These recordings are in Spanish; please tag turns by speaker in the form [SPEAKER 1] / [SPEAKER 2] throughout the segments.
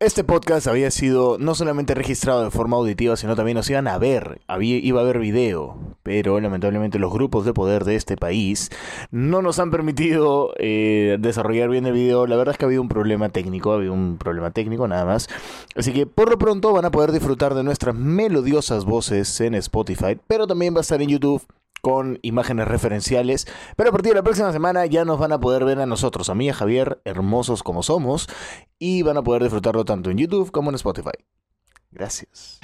[SPEAKER 1] Este podcast había sido no solamente registrado de forma auditiva, sino también nos iban a ver, había, iba a haber video, pero lamentablemente los grupos de poder de este país no nos han permitido eh, desarrollar bien el video. La verdad es que ha habido un problema técnico, ha habido un problema técnico nada más. Así que por lo pronto van a poder disfrutar de nuestras melodiosas voces en Spotify, pero también va a estar en YouTube con imágenes referenciales. Pero a partir de la próxima semana ya nos van a poder ver a nosotros, a mí y a Javier, hermosos como somos, y van a poder disfrutarlo tanto en YouTube como en Spotify. Gracias.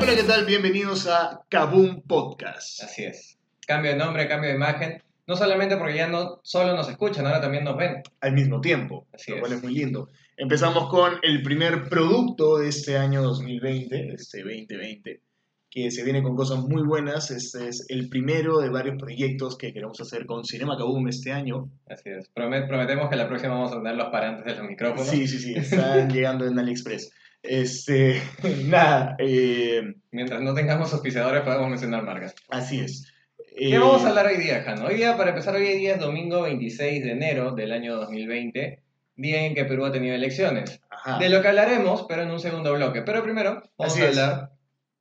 [SPEAKER 2] Hola, ¿qué tal? Bienvenidos a Kaboom Podcast.
[SPEAKER 3] Así es. Cambio de nombre, cambio de imagen. No solamente porque ya no solo nos escuchan, ahora también nos ven.
[SPEAKER 2] Al mismo tiempo,
[SPEAKER 3] Así
[SPEAKER 2] lo
[SPEAKER 3] es.
[SPEAKER 2] cual es muy lindo. Empezamos con el primer producto de este año 2020, este 2020, que se viene con cosas muy buenas. Este es el primero de varios proyectos que queremos hacer con Cinema Kaboom este año.
[SPEAKER 3] Así es. Promet- prometemos que la próxima vamos a tener los parantes de los micrófonos.
[SPEAKER 2] Sí, sí, sí, están llegando en AliExpress. Este, nada, eh,
[SPEAKER 3] Mientras no tengamos auspiciadores podemos mencionar marcas.
[SPEAKER 2] así es.
[SPEAKER 3] ¿Qué
[SPEAKER 2] Eh,
[SPEAKER 3] vamos a hablar hoy día, Jano? Hoy día, para empezar, hoy día es domingo 26 de enero del año 2020, día en que Perú ha tenido elecciones.
[SPEAKER 2] Eh, Ajá.
[SPEAKER 3] De lo que hablaremos, pero en un segundo bloque. Pero primero, vamos
[SPEAKER 2] Ah. Así
[SPEAKER 3] a
[SPEAKER 2] es.
[SPEAKER 3] hablar...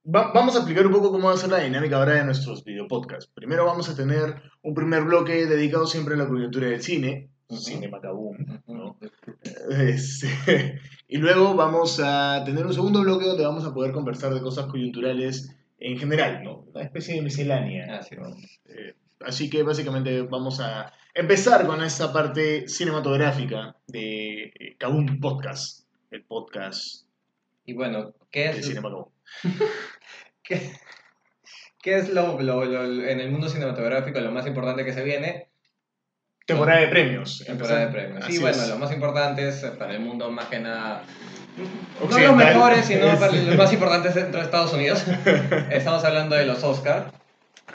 [SPEAKER 2] Va- vamos a explicar un poco cómo va a ser la dinámica ahora de nuestros videopodcasts. Primero vamos a tener un primer bloque dedicado siempre a la coyuntura del cine,
[SPEAKER 3] Ujú.
[SPEAKER 2] cine macaboom, ¿no? Este, y luego vamos a tener un segundo bloque donde vamos a poder conversar de cosas coyunturales en general, ¿no? Una especie de miscelánea.
[SPEAKER 3] Así
[SPEAKER 2] ¿no?
[SPEAKER 3] es.
[SPEAKER 2] Eh, así que básicamente vamos a empezar con esta parte cinematográfica de eh, Kaboom Podcast, el podcast
[SPEAKER 3] Y bueno, ¿qué
[SPEAKER 2] de
[SPEAKER 3] es,
[SPEAKER 2] Cine Macaboom.
[SPEAKER 3] ¿Qué, qué es lo, lo- lo- en el mundo cinematográfico lo más importante que se viene?
[SPEAKER 2] Temporada de premios.
[SPEAKER 3] Temporada de
[SPEAKER 2] Empezar-
[SPEAKER 3] premios.
[SPEAKER 2] así
[SPEAKER 3] Y bueno,
[SPEAKER 2] es.
[SPEAKER 3] lo más importante es para el mundo más que nada. No los
[SPEAKER 2] Occidental.
[SPEAKER 3] mejores, eh, sino para
[SPEAKER 2] Es-
[SPEAKER 3] los más importantes dentro de Estados Unidos. Estamos hablando de los Oscars,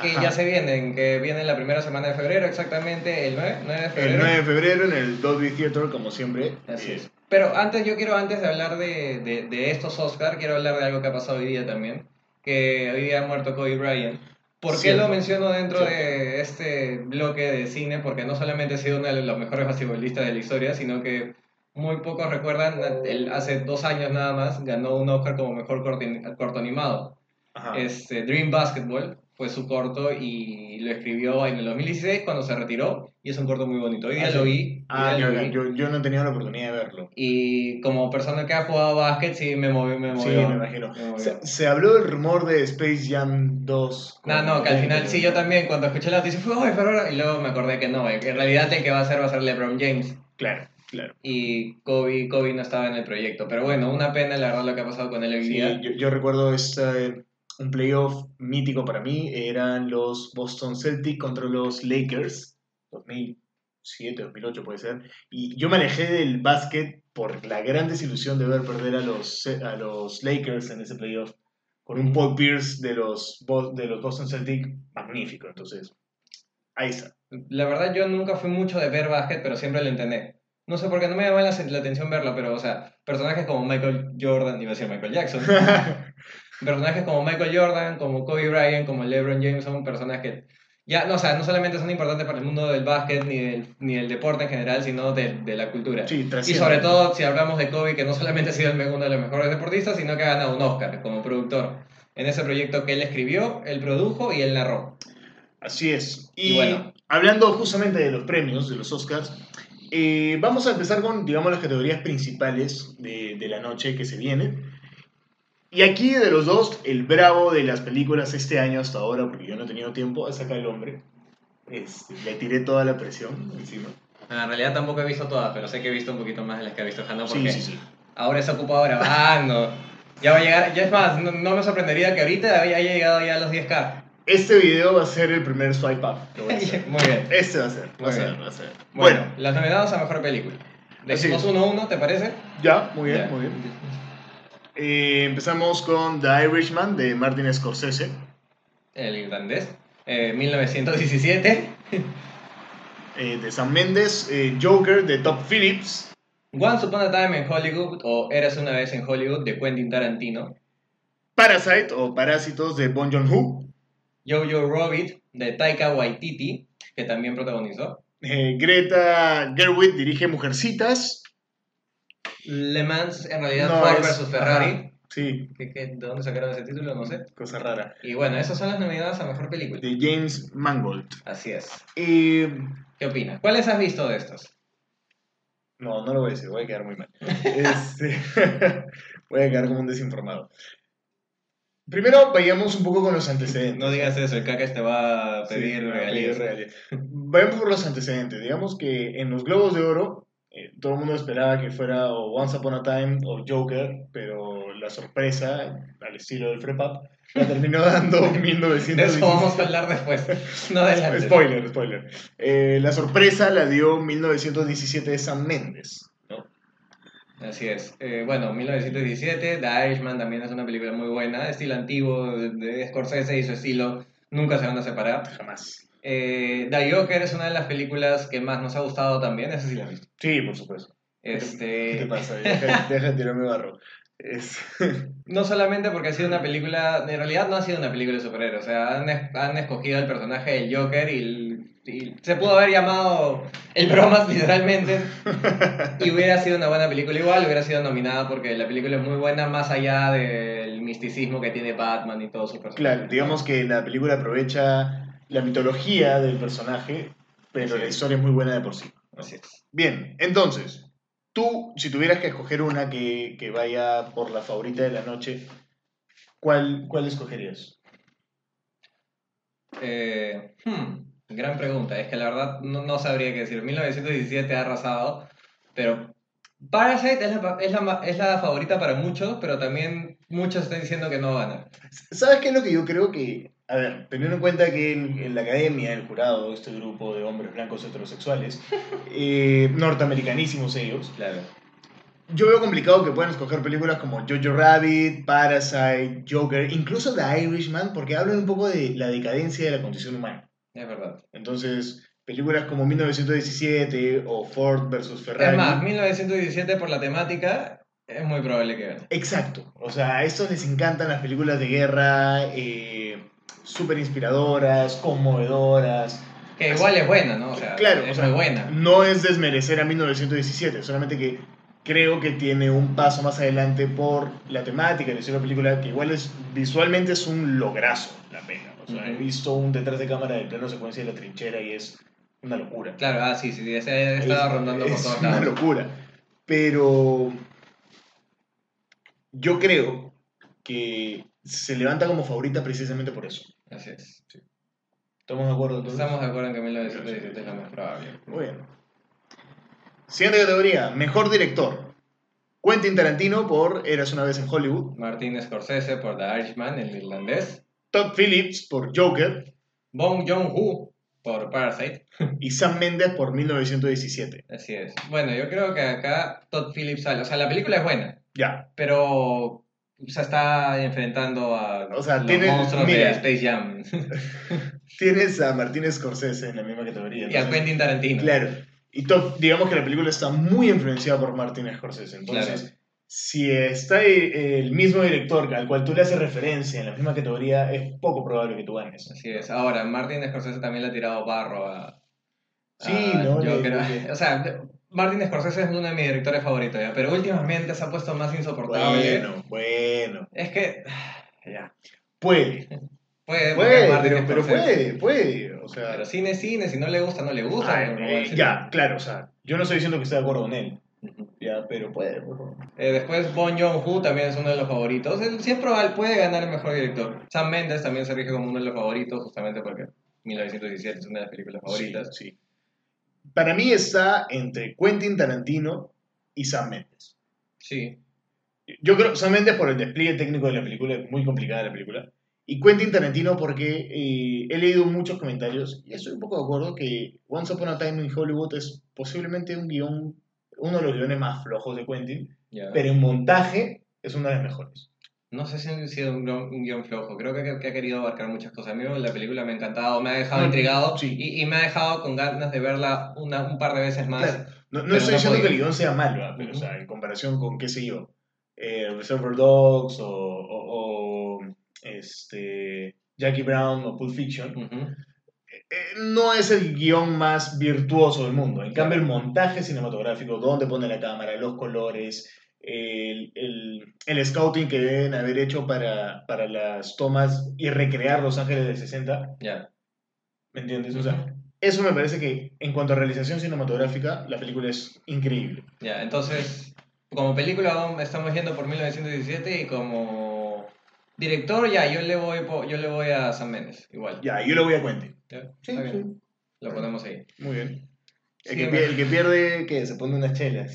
[SPEAKER 3] que
[SPEAKER 2] Ajá.
[SPEAKER 3] ya se vienen, que vienen la primera semana de febrero, exactamente el 9, 9 de
[SPEAKER 2] El
[SPEAKER 3] febrero.
[SPEAKER 2] 9 de febrero en el Dolby Theater, como siempre.
[SPEAKER 3] Así
[SPEAKER 2] Eh,
[SPEAKER 3] es. Pero antes, yo quiero, antes de hablar de, de, de estos Oscar, quiero hablar de algo que ha pasado hoy día también. Que hoy día ha muerto Kobe Bryant. ¿Por qué
[SPEAKER 2] Cierto.
[SPEAKER 3] lo menciono dentro
[SPEAKER 2] Cierto.
[SPEAKER 3] de este bloque de cine? Porque no solamente ha sido uno de los mejores basquetbolistas de la historia, sino que muy pocos recuerdan, él hace dos años nada más ganó un Oscar como mejor corto, corto animado.
[SPEAKER 2] ajá.
[SPEAKER 3] Este, Dream Basketball fue su corto y lo escribió en el 2016 cuando se retiró y es un corto muy bonito. Hoy día
[SPEAKER 2] Ah, sí.
[SPEAKER 3] lo vi. hoy
[SPEAKER 2] Ah,
[SPEAKER 3] día
[SPEAKER 2] yo,
[SPEAKER 3] lo vi.
[SPEAKER 2] yo- yo no he tenido la oportunidad de verlo.
[SPEAKER 3] Y como persona que ha jugado básquet, sí, me movió, me
[SPEAKER 2] Sí,
[SPEAKER 3] movió.
[SPEAKER 2] me imagino.
[SPEAKER 3] Me movió.
[SPEAKER 2] Se, se habló del rumor de Space Jam 2.
[SPEAKER 3] No, no, que al final sí, yo también, cuando escuché la noticia, fue, "Ay, pero-" y luego me acordé que no, en realidad el que va a ser va a ser LeBron James.
[SPEAKER 2] Claro, claro.
[SPEAKER 3] Y Kobe, Kobe no estaba en el proyecto. Pero bueno, una pena, la verdad, lo que ha pasado con él hoy
[SPEAKER 2] Sí,
[SPEAKER 3] día.
[SPEAKER 2] yo, yo recuerdo este, un playoff mítico para mí. Eran los Boston Celtics contra los Lakers. 2007, 2008 puede ser. Y yo me alejé del básquet por la gran desilusión de ver perder a los, a los Lakers en ese playoff. Con un Paul Pierce de los, Bo- de los Boston Celtics magnífico. Entonces, ahí está.
[SPEAKER 3] La verdad, yo nunca fui mucho de ver básquet, pero siempre lo entendí. No sé por qué no me llamaba la, la atención verlo, pero, o sea, personajes como Michael Jordan, iba a decir Michael Jackson, personajes como Michael Jordan, como Kobe Bryant, como LeBron James son personas que ya, no, o sea, no solamente son importantes para el mundo del básquet ni del, ni del deporte en general, sino de, de la cultura.
[SPEAKER 2] Sí,
[SPEAKER 3] y
[SPEAKER 2] trasciende.
[SPEAKER 3] sobre todo si hablamos de Kobe, que no solamente ha sido el me- uno de los mejores deportistas, sino que ha ganado un Oscar como productor en ese proyecto que él escribió, él produjo y él narró.
[SPEAKER 2] Así es. Y,
[SPEAKER 3] Y bueno.
[SPEAKER 2] hablando justamente de los premios, de los Oscars, eh, vamos a empezar con, digamos, las categorías principales de, de la noche que se viene. Y aquí de los dos, el bravo de las películas este año hasta ahora, porque yo no he tenido tiempo, es acá el hombre. Este, le tiré toda la presión encima.
[SPEAKER 3] Ah, En realidad tampoco he visto todas, pero sé que he visto un poquito más de las que ha visto Hannah porque
[SPEAKER 2] Sí, sí, sí.
[SPEAKER 3] ahora se ocupa ahora. Ah, no. Ya va a llegar, ya es más, no, no me sorprendería que ahorita haya haya llegado ya a los 10K.
[SPEAKER 2] Este video va a ser el primer swipe up. lo voy a hacer.
[SPEAKER 3] Muy bien.
[SPEAKER 2] Este va a ser, va a
[SPEAKER 3] Muy
[SPEAKER 2] ser,
[SPEAKER 3] bien.
[SPEAKER 2] va a ser.
[SPEAKER 3] Bueno,
[SPEAKER 2] Bueno,
[SPEAKER 3] las nominadas a mejor película. Decimos
[SPEAKER 2] Así es.
[SPEAKER 3] 1-1, ¿te parece?
[SPEAKER 2] ya, muy bien,
[SPEAKER 3] Ya.
[SPEAKER 2] muy bien. Eh, empezamos con The Irishman de Martin Scorsese.
[SPEAKER 3] El irlandés. eh, 1917.
[SPEAKER 2] eh, de San Méndez, eh, Joker de Top Phillips,
[SPEAKER 3] Once Upon a Time en Hollywood o Eras una vez en Hollywood de Quentin Tarantino.
[SPEAKER 2] Parasite o Parásitos de Bon Joon-ho,
[SPEAKER 3] Jojo Rabbit de Taika Waititi, que también protagonizó.
[SPEAKER 2] Eh, Greta Gerwig dirige Mujercitas.
[SPEAKER 3] Le Mans en realidad
[SPEAKER 2] No,
[SPEAKER 3] fue
[SPEAKER 2] es-
[SPEAKER 3] versus Ferrari.
[SPEAKER 2] ajá. Sí,
[SPEAKER 3] ¿Qué- qué- de dónde sacaron ese título? No sé.
[SPEAKER 2] cosa rara.
[SPEAKER 3] Y bueno, esas son las nominadas a mejor película.
[SPEAKER 2] De James Mangold.
[SPEAKER 3] Así es.
[SPEAKER 2] Eh,
[SPEAKER 3] ¿Qué opinas? ¿Cuáles has visto de estas?
[SPEAKER 2] no, no lo voy a decir, voy a quedar muy mal. Este, voy a quedar como un desinformado. Primero, vayamos un poco con los antecedentes.
[SPEAKER 3] Eh, No digas eso, el caca te va a pedir
[SPEAKER 2] Sí, me va a
[SPEAKER 3] regalías.
[SPEAKER 2] pedir regalías. Vayamos por los antecedentes. Digamos que en los Globos de Oro, eh, todo el mundo esperaba que fuera o Once Upon a Time o Joker, pero la sorpresa, al estilo del Frepap, la terminó dando
[SPEAKER 3] de eso
[SPEAKER 2] 1917.
[SPEAKER 3] vamos a hablar después. No adelante.
[SPEAKER 2] Spoiler, spoiler. Eh, la sorpresa la dio 1917 de Sam Mendes. ¿no?
[SPEAKER 3] Así es. Eh, bueno, 1917, The Irishman también es una película muy buena, estilo antiguo de, de Scorsese y su estilo. Nunca se van a separar.
[SPEAKER 2] Jamás.
[SPEAKER 3] Eh, The Joker es una de las películas que más nos ha gustado también, esa sí la has visto.
[SPEAKER 2] Sí, por supuesto. ¿Qué te
[SPEAKER 3] Este,
[SPEAKER 2] pasa? Deja, deja de tirarme barro. Es-
[SPEAKER 3] no solamente porque ha sido una película, en realidad no ha sido una película de superhéroes, o sea, han, es- han escogido el personaje del Joker y, el- y se pudo haber llamado el bromas literalmente y hubiera sido una buena película igual, hubiera sido nominada porque la película es muy buena más allá del misticismo que tiene Batman y todos sus personajes.
[SPEAKER 2] Claro, digamos que la película aprovecha la mitología del personaje, pero la historia es muy buena de por sí. ¿no?
[SPEAKER 3] Así es.
[SPEAKER 2] Bien, entonces, tú, si tuvieras que escoger una que, que vaya por la favorita de la noche, ¿cuál, cuál escogerías?
[SPEAKER 3] Eh, hmm, gran pregunta, es que la verdad no, no sabría qué decir. 1917 ha arrasado, pero Parasite es la, pa- es la ma- es la favorita para muchos, pero también muchos están diciendo que no van a.
[SPEAKER 2] ¿Sabes qué es lo que yo creo que.? A ver, teniendo en cuenta que el- en la academia, el jurado, este grupo de hombres blancos heterosexuales, eh, norteamericanísimos ellos,
[SPEAKER 3] Claro.
[SPEAKER 2] yo veo complicado que puedan escoger películas como Jojo Rabbit, Parasite, Joker, incluso The Irishman, porque hablan un poco de la decadencia de la condición humana.
[SPEAKER 3] Es verdad.
[SPEAKER 2] Entonces, películas como 1917 o Ford versus Ferrari.
[SPEAKER 3] Es más, 1917 por la temática es muy probable que gane.
[SPEAKER 2] Exacto. O sea, a estos les encantan las películas de guerra, eh, súper inspiradoras, conmovedoras.
[SPEAKER 3] Que
[SPEAKER 2] Así-
[SPEAKER 3] igual es buena, ¿no? O sea,
[SPEAKER 2] Claro,
[SPEAKER 3] es
[SPEAKER 2] o sea,
[SPEAKER 3] muy buena.
[SPEAKER 2] No es desmerecer a 1917, solamente que creo que tiene un paso más adelante por la temática. Es una película que igual es visualmente es un lograzo, la pena. O sea, he
[SPEAKER 3] Ujú.
[SPEAKER 2] visto un detrás de cámara de plano secuencia de la trinchera y es una locura.
[SPEAKER 3] Claro, ah, sí, sí, sí, ese estaba
[SPEAKER 2] Es-
[SPEAKER 3] rondando
[SPEAKER 2] es
[SPEAKER 3] por todos
[SPEAKER 2] una
[SPEAKER 3] lados.
[SPEAKER 2] locura. Pero yo creo que se levanta como favorita precisamente por eso.
[SPEAKER 3] Así es.
[SPEAKER 2] ¿Estamos de acuerdo entonces?
[SPEAKER 3] Estamos de acuerdo en que 1917 es la más probable.
[SPEAKER 2] Muy bien. Siguiente categoría, mejor director. Quentin Tarantino por Eras una vez en Hollywood.
[SPEAKER 3] Martin Scorsese por The Irishman, el irlandés.
[SPEAKER 2] Todd Phillips por Joker.
[SPEAKER 3] Bong Joon-ho por Parasite.
[SPEAKER 2] Y Sam Mendes por 1917.
[SPEAKER 3] Así es. Bueno, yo creo que acá Todd Phillips sale. O sea, la película es buena,
[SPEAKER 2] Ya.
[SPEAKER 3] pero se está enfrentando a
[SPEAKER 2] O sea,
[SPEAKER 3] los
[SPEAKER 2] tiene-
[SPEAKER 3] monstruos
[SPEAKER 2] mira.
[SPEAKER 3] de Space Jam
[SPEAKER 2] Tienes a Martin Scorsese en la misma categoría.
[SPEAKER 3] y a
[SPEAKER 2] entonces-
[SPEAKER 3] Quentin Tarantino.
[SPEAKER 2] Claro. Y Top, digamos que la película está muy influenciada por Martin Scorsese. Entonces,
[SPEAKER 3] Claro.
[SPEAKER 2] si está eh, el mismo director al cual tú le haces referencia en la misma categoría, es poco probable que tú ganes.
[SPEAKER 3] Así es. Ahora, Martin Scorsese también le ha tirado barro a.
[SPEAKER 2] Sí,
[SPEAKER 3] a
[SPEAKER 2] no, le-
[SPEAKER 3] Joker.
[SPEAKER 2] le-
[SPEAKER 3] O sea, Martin Scorsese es uno de mis directores favoritos, ya, pero últimamente se ha puesto más insoportable.
[SPEAKER 2] Bueno, bueno.
[SPEAKER 3] Es que. Ya.
[SPEAKER 2] Puede.
[SPEAKER 3] Puede, porque
[SPEAKER 2] Puede,
[SPEAKER 3] es Martin
[SPEAKER 2] pero, pero
[SPEAKER 3] Scorsese.
[SPEAKER 2] puede, puede. O sea,
[SPEAKER 3] Pero cine, es cine, si no le gusta, no le gusta.
[SPEAKER 2] ay,
[SPEAKER 3] no lo voy a
[SPEAKER 2] eh,
[SPEAKER 3] decir.
[SPEAKER 2] ya, claro. O sea, yo no estoy diciendo que esté de acuerdo con él.
[SPEAKER 3] Ujú.
[SPEAKER 2] Ya, pero puede, por favor.
[SPEAKER 3] Eh, después, Bon Joon-ho también es uno de los favoritos. Él sí es probable, puede ganar el mejor director. Sam Mendes también se rige como uno de los favoritos, justamente porque 1917 es una de las películas favoritas.
[SPEAKER 2] Sí, sí. Para mí está entre Quentin Tarantino y Sam Mendes.
[SPEAKER 3] Sí.
[SPEAKER 2] Yo creo, solamente por el despliegue técnico de la película, es muy complicada la película. Y Quentin Tarantino porque eh, he leído muchos comentarios y estoy un poco de acuerdo que Once Upon a Time in Hollywood es posiblemente un guión, uno de los guiones más flojos de Quentin,
[SPEAKER 3] ya.
[SPEAKER 2] pero en montaje es uno de los mejores.
[SPEAKER 3] No sé si ha sido un, guión- un guión flojo, creo que, que ha querido abarcar muchas cosas. A mí la película me ha encantado, me ha dejado
[SPEAKER 2] Mm,
[SPEAKER 3] intrigado
[SPEAKER 2] sí.
[SPEAKER 3] y, y me ha dejado con ganas de verla una, un par de veces más.
[SPEAKER 2] Claro, no, no
[SPEAKER 3] Pero
[SPEAKER 2] estoy
[SPEAKER 3] no
[SPEAKER 2] diciendo
[SPEAKER 3] podía.
[SPEAKER 2] que el guión sea malo, ah, pero o
[SPEAKER 3] Ujú.
[SPEAKER 2] sea, en comparación con, qué sé yo, eh, Reservoir Dogs o, o- o, este, Jackie Brown o Pulp Fiction,
[SPEAKER 3] Ujú.
[SPEAKER 2] eh, no es el guión más virtuoso del mundo. En cambio, el montaje cinematográfico, dónde pone la cámara, los colores, el, el- el scouting que deben haber hecho para, para las tomas y recrear Los Ángeles del 60,
[SPEAKER 3] Ya.
[SPEAKER 2] ¿me entiendes? O sea, eso me parece que en cuanto a realización cinematográfica, la película es increíble.
[SPEAKER 3] Ya, entonces, como película aún estamos yendo por 1917 y como director, ya, yo le voy, po- yo le voy a San Méndez, igual.
[SPEAKER 2] Ya, yo lo voy a Quentin.
[SPEAKER 3] ¿Ya?
[SPEAKER 2] Sí,
[SPEAKER 3] Está bien.
[SPEAKER 2] sí.
[SPEAKER 3] Lo ponemos ahí.
[SPEAKER 2] Muy bien. El,
[SPEAKER 3] Sí,
[SPEAKER 2] que,
[SPEAKER 3] me-
[SPEAKER 2] pierde, el que pierde, ¿qué? Se pone unas chelas.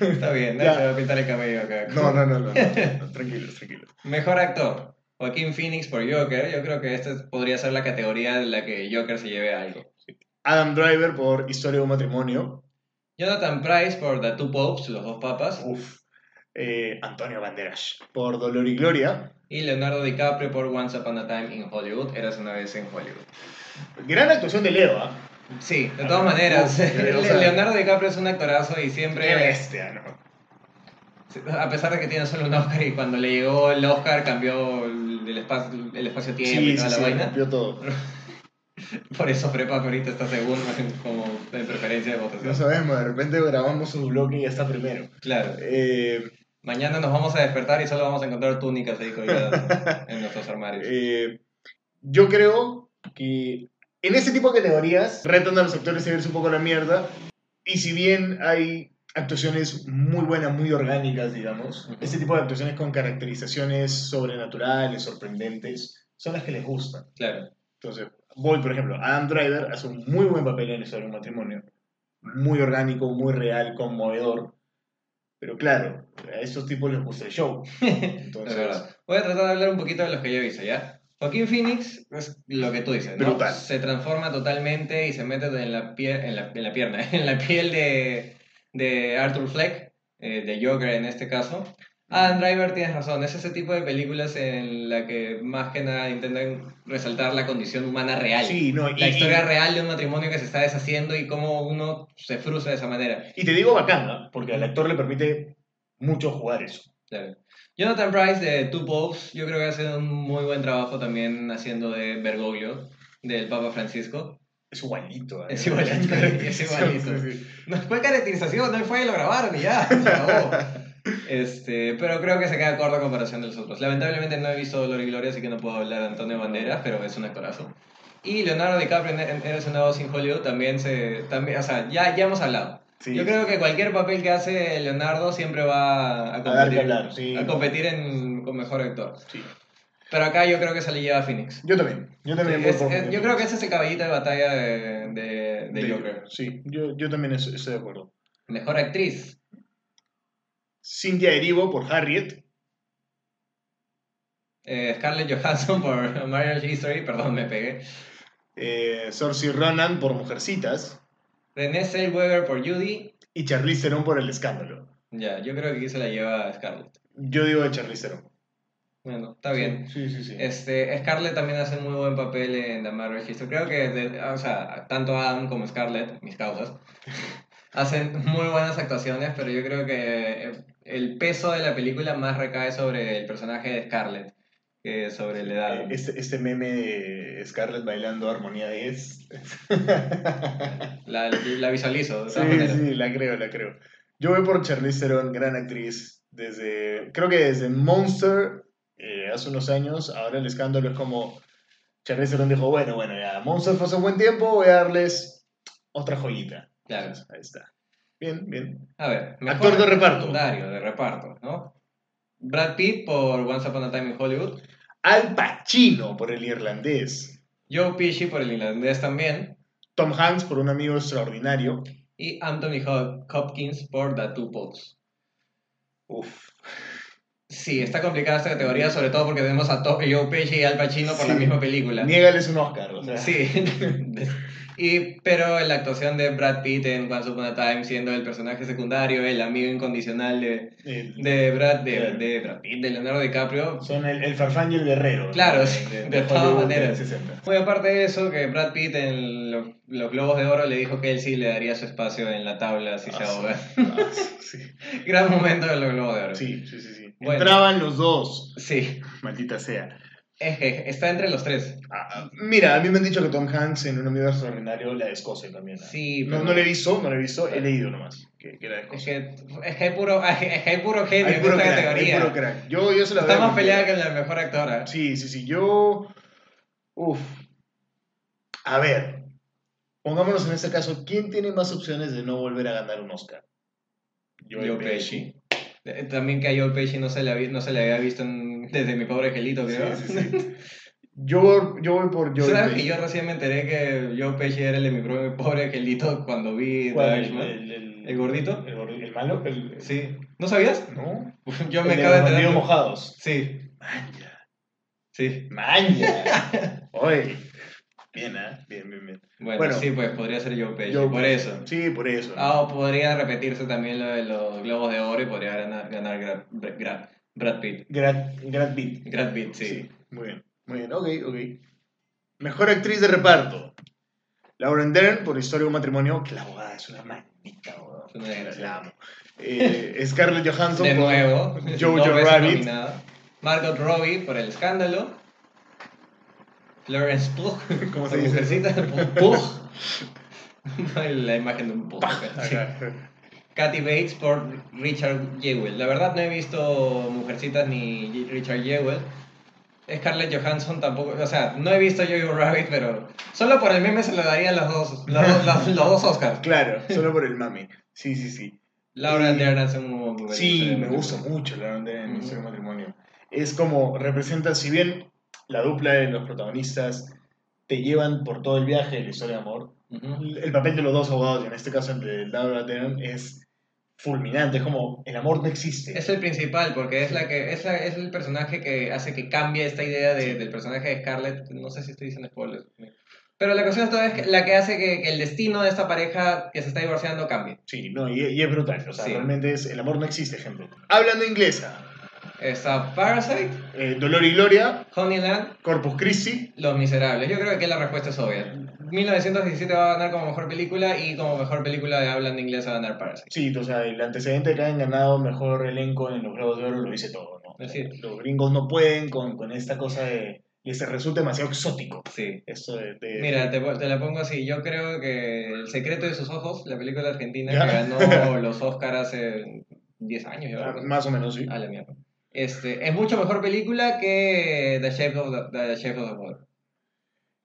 [SPEAKER 3] Está bien, nadie
[SPEAKER 2] Ya.
[SPEAKER 3] se va a pintar el cabello acá.
[SPEAKER 2] No, no, no, no. no, no, tranquilos, tranquilos.
[SPEAKER 3] Mejor actor. Joaquín Phoenix por Joker. Yo creo que esta podría ser la categoría en la que Joker se lleve algo.
[SPEAKER 2] Adam Driver por Historia de un matrimonio.
[SPEAKER 3] Jonathan Price por The Two Popes, Los Dos Papas.
[SPEAKER 2] Uf. Eh, Antonio Banderas por Dolor y Gloria.
[SPEAKER 3] Y Leonardo DiCaprio por Once Upon a Time in Hollywood. Eras una vez en Hollywood.
[SPEAKER 2] Gran actuación de Leo, ¿ah?
[SPEAKER 3] Sí, de todas maneras.
[SPEAKER 2] Uf,
[SPEAKER 3] o sea, Leonardo DiCaprio es un actorazo y
[SPEAKER 2] Qué
[SPEAKER 3] siempre,
[SPEAKER 2] bestia, ¿no?
[SPEAKER 3] a pesar de que tiene solo un Oscar y cuando le llegó el Oscar cambió el, espacio, el espacio-tiempo y
[SPEAKER 2] Sí, sí,
[SPEAKER 3] toda
[SPEAKER 2] sí,
[SPEAKER 3] la vaina.
[SPEAKER 2] rompió todo.
[SPEAKER 3] Por eso Frepa ahorita está segundo en- como en preferencia de votación.
[SPEAKER 2] No sabemos, de repente grabamos su bloque y ya está primero.
[SPEAKER 3] Claro.
[SPEAKER 2] Eh,
[SPEAKER 3] Mañana nos vamos a despertar y solo vamos a encontrar túnicas ahí colgadas en nuestros armarios.
[SPEAKER 2] eh, yo creo que en ese tipo de categorías retan a los actores a irse un poco a la mierda. Y si bien hay actuaciones muy buenas, muy orgánicas, digamos,
[SPEAKER 3] Ujú.
[SPEAKER 2] ese tipo de actuaciones con caracterizaciones sobrenaturales, sorprendentes, son las que les gustan.
[SPEAKER 3] Claro.
[SPEAKER 2] Entonces, voy, por ejemplo, Adam Driver hace un muy buen papel en Historia de un matrimonio. Muy orgánico, muy real, conmovedor. Pero claro, a esos tipos les gusta el show.
[SPEAKER 3] Es
[SPEAKER 2] Entonces,
[SPEAKER 3] verdad. Voy a tratar de hablar un poquito de los que yo he visto, ¿ya? Joaquín Phoenix es lo que tú dices, ¿no?
[SPEAKER 2] Brutal.
[SPEAKER 3] Se transforma totalmente y se mete en la, piel, en la, en la pierna, en la piel de, de Arthur Fleck, eh, de Joker en este caso. Adam Driver, tienes razón, es ese tipo de películas en la que más que nada intentan resaltar la condición humana real.
[SPEAKER 2] sí, no, y,
[SPEAKER 3] La historia real de un matrimonio que se está deshaciendo y cómo uno se frustra de esa manera.
[SPEAKER 2] y- y te digo bacán, ¿ah? porque al actor le permite mucho jugar eso.
[SPEAKER 3] Claro. Jonathan Price de Two Popes, yo creo que hace un muy buen trabajo también haciendo de Bergoglio, del Papa Francisco.
[SPEAKER 2] Es igualito. ¿ah?
[SPEAKER 3] Es igualito, es igualito.
[SPEAKER 2] Sí, sí, sí.
[SPEAKER 3] No fue caracterización, no fue, lo grabaron y ya, se acabó. Este, pero creo que se queda corto a comparación de los otros. Lamentablemente no he visto Dolor y Gloria, así que no puedo hablar de Antonio Banderas, pero es un actorazo. Y Leonardo DiCaprio en- en Eres una voz en Hollywood también se... También, o sea, ya, ya hemos hablado.
[SPEAKER 2] Sí,
[SPEAKER 3] Yo creo que cualquier papel que hace Leonardo siempre va a
[SPEAKER 2] A dar que
[SPEAKER 3] competir,
[SPEAKER 2] hablar, sí.
[SPEAKER 3] a competir en, con mejor actor.
[SPEAKER 2] Sí.
[SPEAKER 3] Pero acá yo creo que se le lleva a Phoenix.
[SPEAKER 2] Yo también. Yo también. voy
[SPEAKER 3] Es-
[SPEAKER 2] por-
[SPEAKER 3] es- yo creo que ese es el caballito de batalla de, de- de
[SPEAKER 2] de-
[SPEAKER 3] Joker.
[SPEAKER 2] Sí, yo, yo también es- estoy de acuerdo.
[SPEAKER 3] Mejor actriz.
[SPEAKER 2] Cynthia Erivo por Harriet.
[SPEAKER 3] eh, Scarlett Johansson por Marriage History, perdón, me pegué.
[SPEAKER 2] Eh, Saoirse Ronan por Mujercitas.
[SPEAKER 3] Renée Zellweger por Judy.
[SPEAKER 2] Y Charlize Theron por El Escándalo.
[SPEAKER 3] Ya, yo creo que aquí se la lleva Scarlett.
[SPEAKER 2] Yo digo de Charlize Theron.
[SPEAKER 3] Bueno, está bien.
[SPEAKER 2] Sí, sí, sí.
[SPEAKER 3] Este, Scarlett también hace muy buen papel en The Marriage History. Creo que, de- o sea, tanto Adam como Scarlett, mis causas, hacen muy buenas actuaciones, pero yo creo que el peso de la película más recae sobre el personaje de Scarlett que sobre el de
[SPEAKER 2] Eh,
[SPEAKER 3] Adam.
[SPEAKER 2] Este, este meme de Scarlett bailando Armonía 10.
[SPEAKER 3] La, la visualizo, de todas
[SPEAKER 2] sí,
[SPEAKER 3] maneras.
[SPEAKER 2] sí, la creo, la creo. Yo voy por Charlize Theron, gran actriz. Desde, creo que desde Monster, eh, hace unos años, ahora el escándalo es como... Charlize Theron dijo, bueno, bueno, ya, Monster fue hace un buen tiempo, voy a darles otra joyita.
[SPEAKER 3] Claro.
[SPEAKER 2] Entonces, ahí está. Bien, bien.
[SPEAKER 3] A ver,
[SPEAKER 2] Actor de reparto.
[SPEAKER 3] secundario, de reparto, ¿no? Brad Pitt por Once Upon a Time in Hollywood.
[SPEAKER 2] Al Pacino por el irlandés.
[SPEAKER 3] Joe Pesci por el irlandés también.
[SPEAKER 2] Tom Hanks por un amigo extraordinario.
[SPEAKER 3] Y Anthony Hop- Hopkins por The Two Popes.
[SPEAKER 2] Uf.
[SPEAKER 3] Sí, está complicada esta categoría, sobre todo porque tenemos a To- Joe Pesci y Al Pacino por
[SPEAKER 2] Sí.
[SPEAKER 3] la misma película.
[SPEAKER 2] Niégales un Oscar, o sea.
[SPEAKER 3] Sí. y, pero la actuación de Brad Pitt en Once Upon a Time, siendo el personaje secundario, el amigo incondicional de,
[SPEAKER 2] el-
[SPEAKER 3] de Brad, de,
[SPEAKER 2] Claro.
[SPEAKER 3] de Brad Pitt, de Leonardo DiCaprio.
[SPEAKER 2] Son el, el farfán y el guerrero.
[SPEAKER 3] Claro, sí, de todas
[SPEAKER 2] Hollywood
[SPEAKER 3] maneras.
[SPEAKER 2] del 60.
[SPEAKER 3] Muy aparte de eso, que Brad Pitt en los, los Globos de Oro le dijo que él sí le daría su espacio en la tabla si se
[SPEAKER 2] Ah,
[SPEAKER 3] ahoga.
[SPEAKER 2] Ah, sí,
[SPEAKER 3] Gran momento de los Globos de Oro.
[SPEAKER 2] sí, sí. sí, sí.
[SPEAKER 3] Bueno.
[SPEAKER 2] Entraban los dos.
[SPEAKER 3] Sí.
[SPEAKER 2] Maldita sea.
[SPEAKER 3] Es que está entre los tres.
[SPEAKER 2] Ah, mira, a mí me han dicho que Tom Hanks en un amigo extraordinario la de Escocia también. ¿ah?
[SPEAKER 3] Sí,
[SPEAKER 2] No,
[SPEAKER 3] pero-
[SPEAKER 2] no le he visto, no le he visto, he leído nomás que, que era de
[SPEAKER 3] Es
[SPEAKER 2] Escocia.
[SPEAKER 3] que, es que hay puro, es que hay puro genio
[SPEAKER 2] Hay puro
[SPEAKER 3] en esta
[SPEAKER 2] crack, hay
[SPEAKER 3] categoría.
[SPEAKER 2] puro crack. Yo, yo se la
[SPEAKER 3] Está
[SPEAKER 2] doy a
[SPEAKER 3] más
[SPEAKER 2] cualquiera.
[SPEAKER 3] peleada que la mejor ¿eh? actora.
[SPEAKER 2] Sí, sí, sí. Yo. Uf. A ver. Pongámonos en este caso. ¿Quién tiene más opciones de no volver a ganar un Oscar?
[SPEAKER 3] Joe Pesci. Eh, También que a Joe Pesci no se le había, no se le había visto en- desde mi pobre angelito, creo.
[SPEAKER 2] Sí, sí, sí. Yo, yo voy por Joe
[SPEAKER 3] ¿Sabes
[SPEAKER 2] Pesci.
[SPEAKER 3] que yo recién me enteré que Joe Pesci era el de mi pobre, pobre angelito cuando vi The
[SPEAKER 2] ¿Cuál?
[SPEAKER 3] Irishman?
[SPEAKER 2] el, el-
[SPEAKER 3] ¿El gordito?
[SPEAKER 2] el gordi- ¿El malo? El,
[SPEAKER 3] Sí. ¿No sabías?
[SPEAKER 2] ¿No?
[SPEAKER 3] Yo me
[SPEAKER 2] El de los
[SPEAKER 3] acabo de enterar.
[SPEAKER 2] bandidos mojados.
[SPEAKER 3] Sí,
[SPEAKER 2] Maña.
[SPEAKER 3] sí.
[SPEAKER 2] Maña. Oye. Bien, ¿ah? Bien, bien, bien.
[SPEAKER 3] Bueno,
[SPEAKER 2] Bueno.
[SPEAKER 3] sí, pues podría ser Joe Pesci,
[SPEAKER 2] Joe
[SPEAKER 3] por
[SPEAKER 2] Pesci.
[SPEAKER 3] eso.
[SPEAKER 2] Sí, por eso.
[SPEAKER 3] Ah, o podría repetirse también lo de los Globos de Oro y podría ganar, ganar Gra- Bra- Gra- Brad Pitt.
[SPEAKER 2] Grad, Grad Beat.
[SPEAKER 3] Brad Pitt, sí.
[SPEAKER 2] Muy bien, muy bien, ok, ok. Mejor actriz de reparto. Lauren Dern por Historia de un matrimonio, que la abogada es una maldita,
[SPEAKER 3] Es una desgracia.
[SPEAKER 2] weón. La amo. Eh, Scarlett Johansson
[SPEAKER 3] De
[SPEAKER 2] por
[SPEAKER 3] nuevo,
[SPEAKER 2] Jojo
[SPEAKER 3] dos veces
[SPEAKER 2] Rabbit.
[SPEAKER 3] nominada. Margot Robbie por El Escándalo. Florence Pugh.
[SPEAKER 2] ¿Cómo
[SPEAKER 3] la
[SPEAKER 2] se dice?
[SPEAKER 3] Mujercita, Pugh. la imagen de un Pugh. sí.
[SPEAKER 2] Acá.
[SPEAKER 3] Kathy Bates por Richard Jewell. La verdad no he visto Mujercitas ni Ye- Richard Jewell. Scarlett Johansson tampoco, o sea, no he visto Jojo Rabbit, pero solo por el meme se lo darían los dos, los, dos- los- los dos Oscars.
[SPEAKER 2] Claro, solo por el mami. Sí, sí, sí.
[SPEAKER 3] Laura
[SPEAKER 2] Y-
[SPEAKER 3] Dern hace un buen papel.
[SPEAKER 2] Sí, me gusta mucho Lauren Dern en
[SPEAKER 3] Ujú.
[SPEAKER 2] Historia de un matrimonio. Es como representa, si bien la dupla de los protagonistas te llevan por todo el viaje de la historia de amor,
[SPEAKER 3] Ujú.
[SPEAKER 2] el papel de los dos abogados, y en este caso el de Laura Dern, es fulminante. Es como, el amor no existe.
[SPEAKER 3] Es el principal, porque es, la que, es, la- es el personaje que hace que cambie esta idea de- del personaje de Scarlett. No sé si estoy diciendo spoilers. Pero la cuestión es toda es que- la que hace que, que el destino de esta pareja que se está divorciando cambie.
[SPEAKER 2] Sí, no, y, y es brutal. O sea,
[SPEAKER 3] Sí.
[SPEAKER 2] realmente es, el amor no existe, ejemplo. Hablando inglesa,
[SPEAKER 3] Está Parasite,
[SPEAKER 2] eh, Dolor y Gloria,
[SPEAKER 3] Honeyland,
[SPEAKER 2] Corpus Christi,
[SPEAKER 3] Los Miserables. Yo creo que aquí la respuesta es obvia. 1917 va a ganar como mejor película y como mejor película de habla en inglés va a ganar Parasite.
[SPEAKER 2] sí, o sea, el antecedente de que hayan ganado mejor elenco en los Globos de Oro lo dice todo, ¿no?
[SPEAKER 3] Así es.
[SPEAKER 2] Los gringos no pueden con, con esta cosa de... Les resulta demasiado exótico.
[SPEAKER 3] Sí.
[SPEAKER 2] Esto de... de-
[SPEAKER 3] Mira, te, po- te la pongo así. Yo creo que El secreto de sus ojos, la película argentina
[SPEAKER 2] Ya.
[SPEAKER 3] que ganó los Oscars hace 10 años. yo
[SPEAKER 2] Ah,
[SPEAKER 3] creo.
[SPEAKER 2] Más o menos, sí.
[SPEAKER 3] A la mierda. Este, es mucho mejor película que The Shape of the, The Shape of the Water.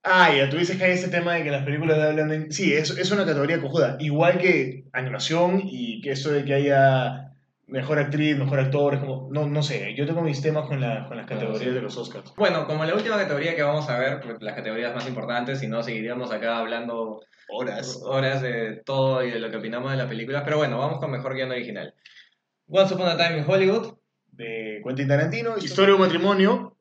[SPEAKER 2] Ah, ya, tú dices que hay ese tema de que las películas de hablan en... Sí, es, es una categoría cojuda. Igual que animación y que eso de que haya mejor actriz, mejor actor, es como... No, no sé, yo tengo mis temas con, la, con las categorías
[SPEAKER 3] sí.
[SPEAKER 2] de los Oscars.
[SPEAKER 3] Bueno, como la última categoría que vamos a ver, pues, las categorías más importantes, si no seguiríamos acá hablando
[SPEAKER 2] Horas.
[SPEAKER 3] horas de todo y de lo que opinamos de las películas, pero bueno, vamos con mejor guión original. Once Upon a Time in Hollywood,
[SPEAKER 2] De Quentin Tarantino, Historia de un matrimonio.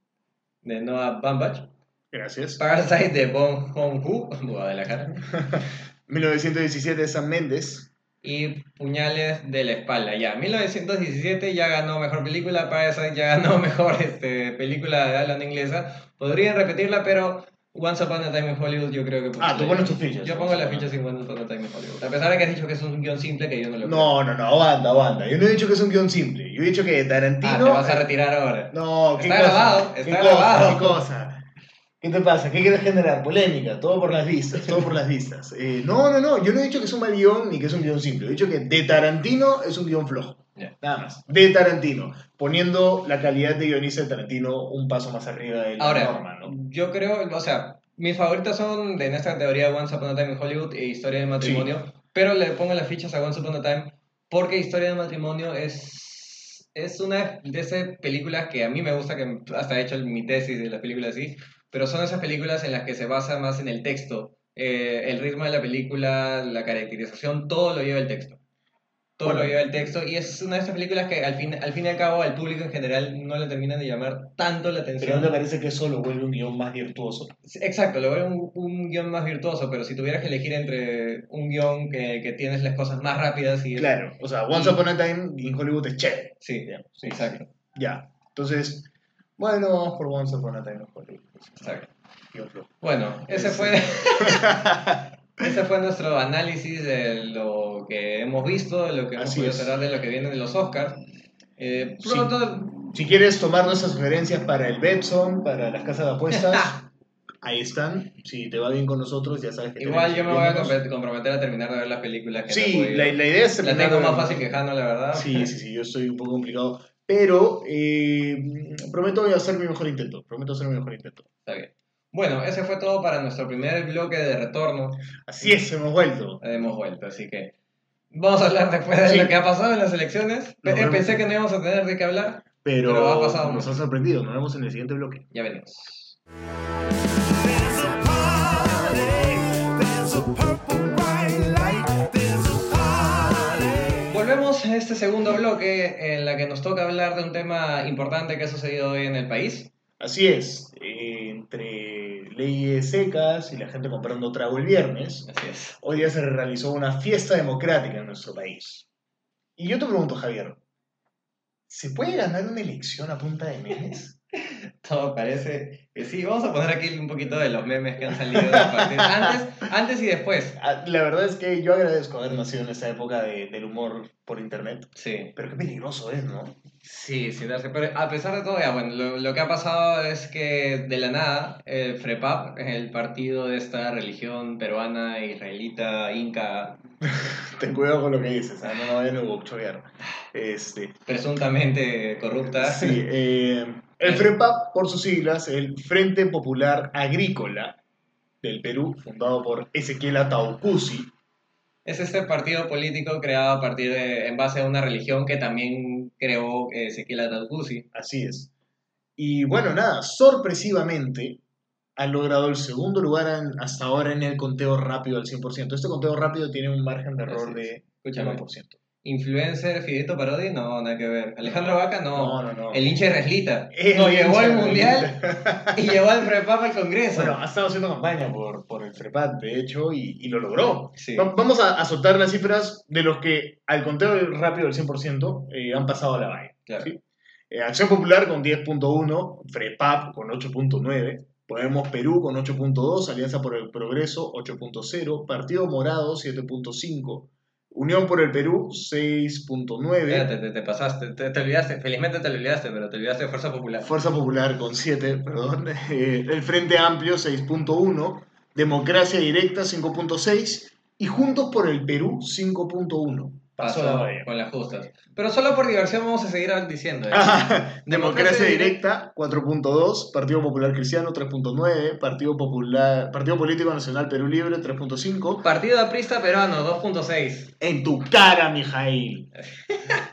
[SPEAKER 3] de Noah Baumbach.
[SPEAKER 2] Gracias.
[SPEAKER 3] Parasite, de Bong Joon-ho, Guadalajara.
[SPEAKER 2] 1917 de Sam Mendes.
[SPEAKER 3] Y Puñales de la Espalda, ya. 1917 ya ganó mejor película, Parasite ya ganó mejor este, película de habla no inglesa. Podrían repetirla, pero Once Upon a Time in Hollywood yo creo que...
[SPEAKER 2] Ah, tú pones tus fichas.
[SPEAKER 3] Yo pongo las fichas en Once Upon a Time in Hollywood. A pesar de que has dicho que es un guión simple, que yo no lo creo.
[SPEAKER 2] No, no, no, aguanta, aguanta. Yo no he dicho que es un guión simple. Yo he dicho que Tarantino...
[SPEAKER 3] Ah, te vas a retirar ahora.
[SPEAKER 2] No, ¿qué
[SPEAKER 3] Está
[SPEAKER 2] cosa?
[SPEAKER 3] grabado,
[SPEAKER 2] ¿Qué
[SPEAKER 3] está
[SPEAKER 2] cosa?
[SPEAKER 3] grabado.
[SPEAKER 2] ¿Qué cosa? ¿Qué te pasa? ¿Qué quieres generar? Polémica, todo por las vistas, todo por las vistas. Eh, no, no, no, yo no he dicho que es un mal guión ni que es un guión simple. He dicho que de Tarantino es un guión flojo.
[SPEAKER 3] Ya.
[SPEAKER 2] Nada más. De Tarantino. Poniendo la calidad de guionista de Tarantino un paso más arriba de la
[SPEAKER 3] Ahora,
[SPEAKER 2] norma, ¿no?
[SPEAKER 3] yo creo, o sea, mis favoritas son de en esta categoría Once Upon a Time in Hollywood e Historia de Matrimonio, pero le pongo las fichas a Once Upon a Time porque Historia de Matrimonio es, es una de esas películas que a mí me gusta, que hasta he hecho mi tesis de las películas así, pero son esas películas en las que se basa más en el texto, eh, el ritmo de la película, la caracterización, todo lo lleva el texto. Todo
[SPEAKER 2] Bueno.
[SPEAKER 3] lo lleva el texto y es una de esas películas que al fin, al fin y al cabo al público en general no le terminan de llamar tanto la atención.
[SPEAKER 2] Pero no te parece que eso lo vuelve un guión más virtuoso.
[SPEAKER 3] Sí, Exacto, lo veo un, un guión más virtuoso, pero si tuvieras que elegir entre un guión que, que tienes las cosas más rápidas y...
[SPEAKER 2] Claro, o sea, Once
[SPEAKER 3] Y-
[SPEAKER 2] Upon a Time in Hollywood es chévere.
[SPEAKER 3] Sí,
[SPEAKER 2] Ya, sí,
[SPEAKER 3] exacto,
[SPEAKER 2] Ya, entonces, bueno, vamos por Once Upon a Time in Hollywood.
[SPEAKER 3] exacto.
[SPEAKER 2] Guión flojo.
[SPEAKER 3] Bueno, ese
[SPEAKER 2] Sí.
[SPEAKER 3] fue, ese fue nuestro análisis de lo que hemos visto, de lo que hemos
[SPEAKER 2] Así
[SPEAKER 3] podido
[SPEAKER 2] es.
[SPEAKER 3] cerrar, de lo que viene de los Oscars. Eh,
[SPEAKER 2] Sí.
[SPEAKER 3] pronto
[SPEAKER 2] Si quieres tomar nuestras sugerencias para el Betson, para las casas de apuestas, ahí están. Si te va bien con nosotros, ya sabes que
[SPEAKER 3] Igual
[SPEAKER 2] tenemos
[SPEAKER 3] yo me
[SPEAKER 2] que
[SPEAKER 3] voy a
[SPEAKER 2] vernos.
[SPEAKER 3] compre- comprometer a terminar de ver las películas que no he
[SPEAKER 2] Este, Sí,
[SPEAKER 3] podido.
[SPEAKER 2] la, la idea es
[SPEAKER 3] La
[SPEAKER 2] terminar
[SPEAKER 3] tengo
[SPEAKER 2] de-
[SPEAKER 3] más fácil que Jano, la verdad.
[SPEAKER 2] Sí, sí, sí, yo estoy un poco complicado. Pero eh, prometo hacer mi mejor intento. Prometo hacer mi mejor intento.
[SPEAKER 3] Está bien. Bueno, ese fue todo para nuestro primer bloque de retorno.
[SPEAKER 2] Así es, hemos vuelto.
[SPEAKER 3] Hemos vuelto, así que vamos a hablar después de
[SPEAKER 2] Sí.
[SPEAKER 3] lo que ha pasado en las elecciones.
[SPEAKER 2] Nos
[SPEAKER 3] Pe- eh,
[SPEAKER 2] vemos.
[SPEAKER 3] Pensé que no íbamos a tener de qué hablar.
[SPEAKER 2] Pero,
[SPEAKER 3] Pero ha pasado
[SPEAKER 2] nos
[SPEAKER 3] mucho.
[SPEAKER 2] ha sorprendido. Nos vemos en el siguiente bloque.
[SPEAKER 3] Ya venimos.
[SPEAKER 4] There's a party, there's a purple bright light, there's a party.
[SPEAKER 3] Volvemos a este segundo bloque en la que nos toca hablar de un tema importante que ha sucedido hoy en el país.
[SPEAKER 2] Así es. eh, entre leyes secas y la gente comprando trago el viernes,
[SPEAKER 3] Así es.
[SPEAKER 2] hoy día se realizó una fiesta democrática en nuestro país. Y yo te pregunto, Javier, ¿se puede ganar una elección a punta de memes?
[SPEAKER 3] Todo parece que sí. Vamos a poner aquí un poquito de los memes que han salido del partido. Antes, antes y después.
[SPEAKER 2] Ah, La verdad es que yo agradezco haber nacido en esta época de- del humor por internet.
[SPEAKER 3] Sí.
[SPEAKER 2] Pero qué peligroso es, ¿no?
[SPEAKER 3] Sí, sin darse. Pero a pesar de todo, ya, bueno, lo, lo que ha pasado es que de la nada, el FREPAP, el partido de esta religión peruana, israelita, inca,
[SPEAKER 2] Ten cuidado con lo que dices, ah, no me vayan a bokchovear. Este,
[SPEAKER 3] presuntamente corrupta.
[SPEAKER 2] sí, eh, el FREPAP, por sus siglas, el Frente Popular Agrícola del Perú, fundado por Ezequiel Ataucusi.
[SPEAKER 3] Es este partido político creado a partir de, en base a una religión que también creó eh, Ezequiel Ataucusi.
[SPEAKER 2] Así es. Y bueno, nada, sorpresivamente ha logrado el segundo lugar en- hasta ahora en el conteo rápido al 100%. Este conteo rápido tiene un margen de error
[SPEAKER 3] Así es.
[SPEAKER 2] de
[SPEAKER 3] Escúchame.
[SPEAKER 2] 1%.
[SPEAKER 3] ¿Influencer Fidito Parodi? No, nada que ver. ¿Alejandro Vaca? No.
[SPEAKER 2] no, no.
[SPEAKER 3] El hincha israelita.
[SPEAKER 2] El
[SPEAKER 3] Lo llevó al
[SPEAKER 2] hincha
[SPEAKER 3] mundial y llevó al prepapa al congreso.
[SPEAKER 2] Bueno, ha estado haciendo campaña por, por el FREPAP, de hecho, y, y lo logró.
[SPEAKER 3] Sí.
[SPEAKER 2] Va- Vamos a, a soltar las cifras de los que al conteo rápido del 100% eh, han pasado a la vaina.
[SPEAKER 3] Claro.
[SPEAKER 2] sí. Eh, Acción Popular con 10.1, FREPAP con 8.9, Podemos Perú con 8.2, Alianza por el Progreso 8.0, Partido Morado 7.5, Unión por el Perú 6.9,
[SPEAKER 3] Espérate, te, te pasaste, te, te olvidaste, felizmente te lo olvidaste, pero te olvidaste de Fuerza Popular.
[SPEAKER 2] Fuerza Popular con 7, perdón, eh, el Frente Amplio 6.1, Democracia Directa 5.6 y Juntos por el Perú 5.1. Pasó la valla.
[SPEAKER 3] con las justas. Pero solo por diversión vamos a seguir diciendo. ¿eh?
[SPEAKER 2] Democracia,
[SPEAKER 3] Democracia
[SPEAKER 2] Directa 4.2, Partido Popular Cristiano 3.9, Partido Popular Partido Político Nacional Perú Libre 3.5.
[SPEAKER 3] Partido Aprista Peruano 2.6.
[SPEAKER 2] En tu cara, Mijail.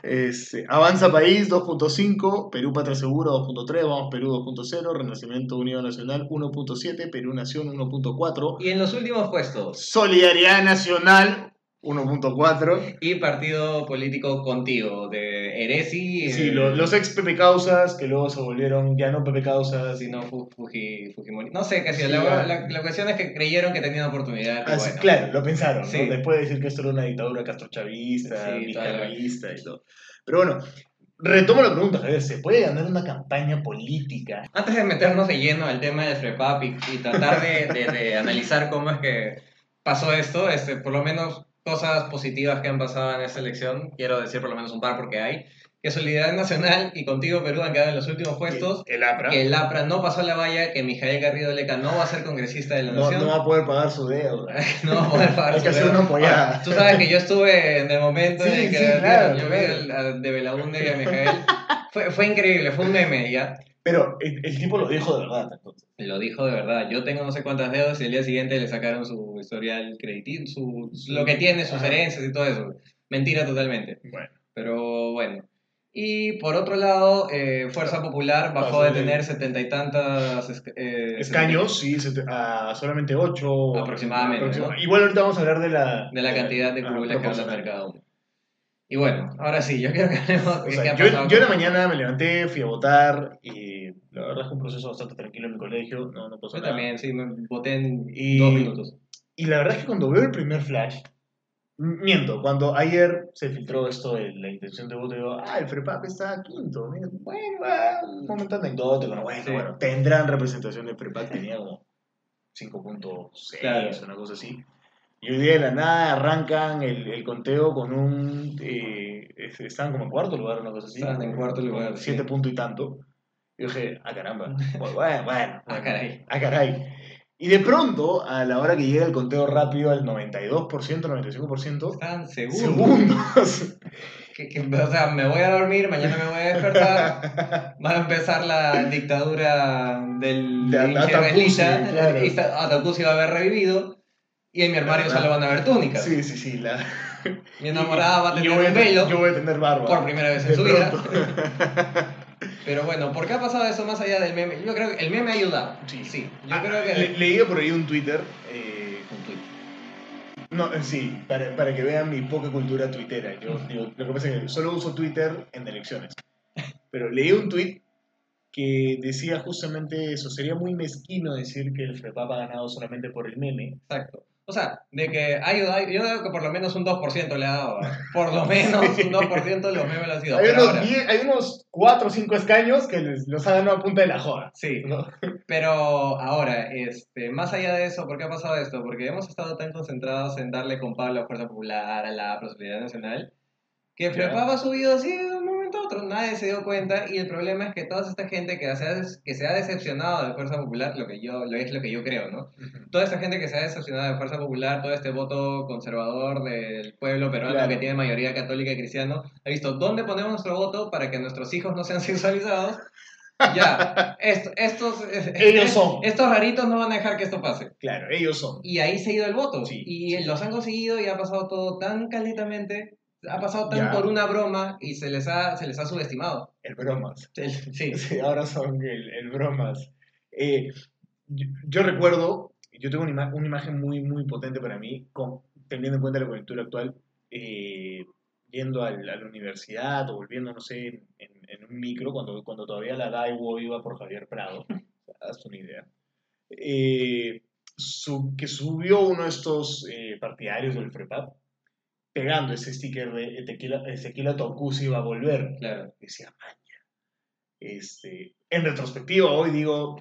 [SPEAKER 2] Este, Avanza País 2.5, Perú Patria Segura 2.3, Vamos Perú 2.0, Renacimiento Unido Nacional 1.7, Perú Nación 1.4,
[SPEAKER 3] Y en los últimos puestos,
[SPEAKER 2] Solidaridad Nacional 1.4.
[SPEAKER 3] Y partido político contigo, de Eresi. eh,
[SPEAKER 2] Sí, lo- los ex Pepe Causas que luego se volvieron ya no Pepe Causas,
[SPEAKER 3] si
[SPEAKER 2] sino
[SPEAKER 3] no, Fu- Fuji- Fujimori. No sé, qué sé yo,
[SPEAKER 2] Sí,
[SPEAKER 3] la,
[SPEAKER 2] ya.
[SPEAKER 3] la- la cuestión es que creyeron que tenían oportunidad. y
[SPEAKER 2] Ah, sí,
[SPEAKER 3] bueno.
[SPEAKER 2] Claro, lo pensaron,
[SPEAKER 3] Sí.
[SPEAKER 2] ¿no? Después de decir que esto era una dictadura castrochavista,
[SPEAKER 3] Sí, toda la
[SPEAKER 2] vizcarraísta y todo. Pero bueno, retomo la pregunta, Javier, ¿se puede ganar una campaña política?
[SPEAKER 3] Antes de meternos de lleno al tema del FREPAP y, y tratar de, de- de analizar cómo es que pasó esto, este, por lo menos cosas positivas que han pasado en esta elección, quiero decir por lo menos un par porque hay, que Solidaridad Nacional y Contigo Perú han quedado en los últimos puestos,
[SPEAKER 2] el APRA
[SPEAKER 3] que el APRA no pasó la valla, que Mijael Garrido Leca no va a ser congresista de la
[SPEAKER 2] no,
[SPEAKER 3] Nación.
[SPEAKER 2] no va a poder pagar su deuda.
[SPEAKER 3] No va a poder
[SPEAKER 2] Hay
[SPEAKER 3] pagar
[SPEAKER 2] que
[SPEAKER 3] su
[SPEAKER 2] hacer
[SPEAKER 3] deuda. Ah.
[SPEAKER 2] una apoyada.
[SPEAKER 3] Ahora, Tú sabes que yo estuve en el momento
[SPEAKER 2] Sí,
[SPEAKER 3] en el que
[SPEAKER 2] sí, claro,
[SPEAKER 3] yo
[SPEAKER 2] claro.
[SPEAKER 3] vi el- a- de Belaunde y a Mijael. Fue, fue increíble, fue un meme ya.
[SPEAKER 2] Pero el, el tipo lo dijo de verdad, entonces.
[SPEAKER 3] Lo dijo de verdad. Yo tengo no sé cuántas deudas y el día siguiente le sacaron su historial crediticio, su, lo que tiene, sus
[SPEAKER 2] Ajá.
[SPEAKER 3] herencias y todo eso. Mentira totalmente.
[SPEAKER 2] Bueno.
[SPEAKER 3] Pero bueno. Y por otro lado, eh, Fuerza Popular bajó
[SPEAKER 2] Pasó
[SPEAKER 3] de
[SPEAKER 2] de-
[SPEAKER 3] tener setenta y tantas esca- eh,
[SPEAKER 2] Escaños, sí, sete- a solamente 8.
[SPEAKER 3] Aproximadamente, ¿no?
[SPEAKER 2] Igual ahorita vamos a hablar de la...
[SPEAKER 3] de la cantidad de
[SPEAKER 2] ah,
[SPEAKER 3] curules que habla
[SPEAKER 2] proporcional.
[SPEAKER 3] cada uno. Y bueno, ahora sí, yo quiero que hablemos
[SPEAKER 2] O
[SPEAKER 3] de
[SPEAKER 2] sea,
[SPEAKER 3] qué ha
[SPEAKER 2] yo,
[SPEAKER 3] pasado
[SPEAKER 2] yo en la
[SPEAKER 3] con-
[SPEAKER 2] mañana me levanté, fui a votar y la verdad es que un proceso bastante tranquilo en mi colegio, no, no pasó
[SPEAKER 3] Yo
[SPEAKER 2] nada.
[SPEAKER 3] también, sí, me voté en
[SPEAKER 2] Y-
[SPEAKER 3] dos minutos.
[SPEAKER 2] Y la verdad es que cuando veo el primer flash, m- miento, cuando ayer se filtró esto de la intención de voto, digo, ah, el FREPAP está quinto. mira, bueno, ah, un momento anecdótico, ¿no? bueno,
[SPEAKER 3] Sí.
[SPEAKER 2] bueno, tendrán representación de FREPAP, tenía como 5.6,
[SPEAKER 3] Claro.
[SPEAKER 2] una cosa así. Y un día de la nada arrancan el, el conteo con un... eh, es- estaban como en cuarto lugar, una cosa así.
[SPEAKER 3] Estaban en cuarto lugar, sí.
[SPEAKER 2] Siete puntos y tanto. Y dije, ah, caramba. Bueno, bueno, bueno.
[SPEAKER 3] Ah, caray.
[SPEAKER 2] Ah, caray. Y de pronto, a la hora que llega el conteo rápido al 92%, 95%,
[SPEAKER 3] Estaban segundos.
[SPEAKER 2] segundos.
[SPEAKER 3] Que- que- o sea, me voy a dormir, mañana me voy a despertar. va a empezar la dictadura del
[SPEAKER 2] De
[SPEAKER 3] hinche
[SPEAKER 2] Atapusi,
[SPEAKER 3] belita,
[SPEAKER 2] claro.
[SPEAKER 3] y esta- Atapusi va a haber revivido. Y en mi armario
[SPEAKER 2] Claro.
[SPEAKER 3] solo van a ver túnicas.
[SPEAKER 2] Sí, sí, sí. La...
[SPEAKER 3] Mi enamorada va a
[SPEAKER 2] Y
[SPEAKER 3] tener
[SPEAKER 2] yo voy
[SPEAKER 3] un velo
[SPEAKER 2] Yo voy a tener barba.
[SPEAKER 3] por primera vez en
[SPEAKER 2] De
[SPEAKER 3] su vida.
[SPEAKER 2] pronto.
[SPEAKER 3] Pero bueno, ¿por qué ha pasado eso más allá del meme? Yo creo que el meme ha ayudado. Sí, sí. Yo
[SPEAKER 2] Ah,
[SPEAKER 3] creo que.
[SPEAKER 2] le- leí por ahí un Twitter. eh,
[SPEAKER 3] Un tuit.
[SPEAKER 2] no, eh, sí, para, para que vean mi poca cultura tuitera. Yo, yo- lo que pasa es que solo uso Twitter en elecciones. Pero leí un tweet que decía justamente eso. Sería muy mezquino decir que el FREPAP ha ganado solamente por el meme.
[SPEAKER 3] Exacto. O sea, de que ha ayudado, yo creo que por lo menos un 2% le ha dado. ¿eh? Por lo menos un 2% de los memes lo han sido.
[SPEAKER 2] hay,
[SPEAKER 3] Pero
[SPEAKER 2] unos
[SPEAKER 3] ahora,
[SPEAKER 2] 10 hay unos 4 o 5 escaños que les- los ha ganado a punta de la joda.
[SPEAKER 3] sí,
[SPEAKER 2] ¿no?
[SPEAKER 3] pero ahora, este, más allá de eso, ¿por qué ha pasado esto? Porque hemos estado tan concentrados en darle con Pablo a Fuerza Popular, a la Prosperidad Nacional, que Frepapa ha subido así de un momento a otro, nadie se dio cuenta y el problema es que toda esta gente que se ha, des- que se ha decepcionado de Fuerza Popular, lo que yo, lo es lo que yo creo, ¿no? toda esta gente que se ha decepcionado de Fuerza Popular, todo este voto conservador del pueblo peruano
[SPEAKER 2] Claro.
[SPEAKER 3] que tiene mayoría católica y cristiano, ha visto dónde ponemos nuestro voto para que nuestros hijos no sean sexualizados. Ya, est- estos, eh,
[SPEAKER 2] Ellos son.
[SPEAKER 3] estos raritos no van a dejar que esto pase.
[SPEAKER 2] Claro, ellos son.
[SPEAKER 3] Y ahí se ha ido el voto.
[SPEAKER 2] Sí,
[SPEAKER 3] y los han conseguido y ha pasado todo tan calentamente, ha pasado tan
[SPEAKER 2] Ya.
[SPEAKER 3] por una broma y se les ha, se les ha subestimado.
[SPEAKER 2] El bromas.
[SPEAKER 3] Sí,
[SPEAKER 2] Sí, ahora son el, el bromas. Eh, yo, yo recuerdo, yo tengo una, ima- una imagen muy, muy potente para mí, con- teniendo en cuenta la coyuntura actual, eh, yendo al- a la universidad o volviendo, no sé, en, en- en un micro, cuando, cuando todavía la DAIWO iba por Javier Prado, haz una idea. Eh, su- que subió uno de estos eh, partidarios del FREPAP pegando ese sticker de Ezequiel- Ezequiel Ataucusi va a volver
[SPEAKER 3] claro.
[SPEAKER 2] decía maña. Este, en retrospectiva, hoy digo,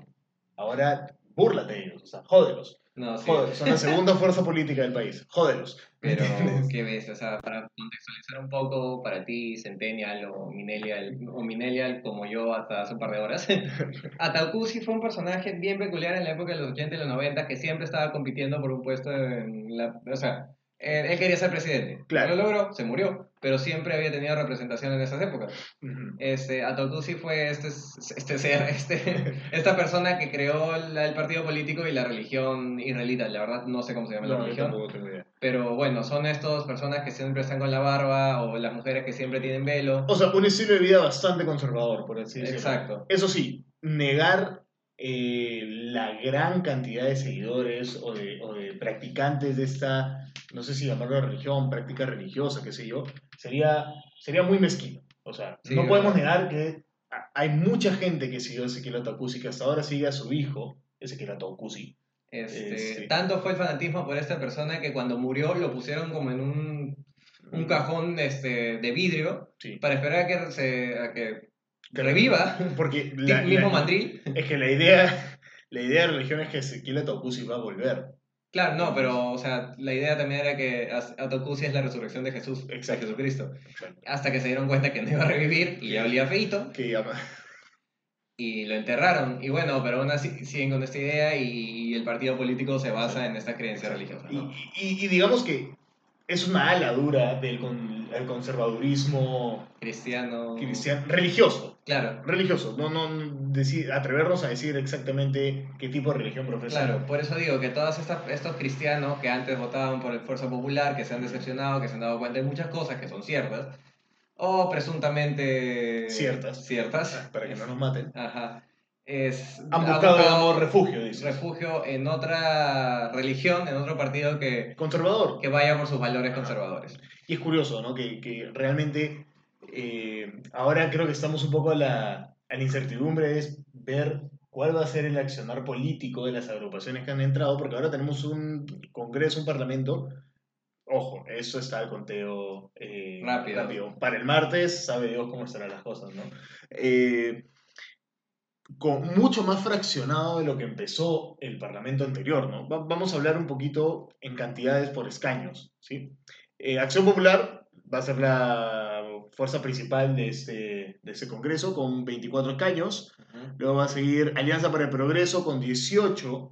[SPEAKER 2] ahora búrlate de ellos, o sea, jódelos.
[SPEAKER 3] No, sí.
[SPEAKER 2] Jódelos, son la segunda fuerza política del país, jódelos.
[SPEAKER 3] Pero, ¿qué ves? O sea, para contextualizar un poco, para ti, Centennial o Minelial, o Minelial como yo hasta hace un par de horas, Ataucusi fue un personaje bien peculiar en la época de los 80 y los 90 que siempre estaba compitiendo por un puesto en la... O sea, él, él quería ser presidente.
[SPEAKER 2] Claro.
[SPEAKER 3] No lo logró, se murió, pero siempre había tenido representación en esas épocas.
[SPEAKER 2] Ujú.
[SPEAKER 3] Este, Ataucusi fue este, este ser, este, esta persona que creó la- el partido político y la religión israelita. La verdad, no sé cómo se llama la
[SPEAKER 2] No, yo
[SPEAKER 3] religión.
[SPEAKER 2] tampoco tengo idea.
[SPEAKER 3] Pero bueno, son estas personas que siempre están con la barba o las mujeres que siempre tienen velo.
[SPEAKER 2] O sea, un estilo de vida bastante conservador, por así decirlo.
[SPEAKER 3] Exacto.
[SPEAKER 2] Eso sí, negar eh, la gran cantidad de seguidores o de, o de practicantes de esta, no sé si llamarlo religión, práctica religiosa, qué sé yo, sería, sería muy mezquino. O sea,
[SPEAKER 3] Sí,
[SPEAKER 2] no
[SPEAKER 3] ¿verdad?
[SPEAKER 2] podemos negar que a- hay mucha gente que siguió a Ezequiel Ataucusi, que hasta ahora sigue a su hijo, Ezequiel Ataucusi.
[SPEAKER 3] Este,
[SPEAKER 2] Eh, sí.
[SPEAKER 3] Tanto fue el fanatismo por esta persona que cuando murió lo pusieron como en un, un cajón este, de vidrio
[SPEAKER 2] Sí.
[SPEAKER 3] para esperar a que, se, a que
[SPEAKER 2] Que-
[SPEAKER 3] reviva.
[SPEAKER 2] Porque
[SPEAKER 3] el
[SPEAKER 2] la-
[SPEAKER 3] mismo
[SPEAKER 2] la-
[SPEAKER 3] mandril.
[SPEAKER 2] es que la idea, la idea de religión es que Ezequiel Ataucusi va a volver.
[SPEAKER 3] Claro, no, pero o sea, la idea también era que As- Atocusi es la resurrección de Jesús, de
[SPEAKER 2] Exacto.
[SPEAKER 3] Jesucristo. Hasta que se dieron cuenta que no iba a revivir y ya olía feito.
[SPEAKER 2] Que llama.
[SPEAKER 3] y lo enterraron. Y bueno, pero aún así siguen con esta idea y, el partido político se basa en esta creencia religiosa.
[SPEAKER 2] Y,
[SPEAKER 3] ¿no?
[SPEAKER 2] y- y digamos que es una ala dura del con- el conservadurismo
[SPEAKER 3] Cristiano.
[SPEAKER 2] cristiano, religioso.
[SPEAKER 3] Claro,
[SPEAKER 2] Religioso, no, no decir, atrevernos a decir exactamente qué tipo de religión profesa.
[SPEAKER 3] claro. Por eso digo que todos estas- estos cristianos que antes votaban por el Fuerza Popular, que se han decepcionado, que se han dado cuenta de muchas cosas que son ciertas, o presuntamente.
[SPEAKER 2] Ciertas. Ah,
[SPEAKER 3] Ciertas.
[SPEAKER 2] Para que no nos maten.
[SPEAKER 3] Ajá. Es,
[SPEAKER 2] Han buscado refugio, dice.
[SPEAKER 3] refugio en otra religión, en otro partido que,
[SPEAKER 2] Conservador.
[SPEAKER 3] que vaya por sus valores conservadores.
[SPEAKER 2] Y es curioso, ¿no? Que, que realmente eh, ahora creo que estamos un poco a la, a la incertidumbre es ver cuál va a ser el accionar político de las agrupaciones que han entrado, porque ahora tenemos un Congreso, un Parlamento. Ojo, eso está el conteo eh,
[SPEAKER 3] Rápido.
[SPEAKER 2] Para el martes, sabe Dios cómo estarán las cosas, ¿no? Eh, con, mucho más fraccionado de lo que empezó el Parlamento anterior, ¿no? Va- vamos a hablar un poquito en cantidades por escaños, ¿sí? Eh, Acción Popular va a ser la fuerza principal de este, de este Congreso con 24 escaños. Luego va a seguir Alianza para el Progreso con 18.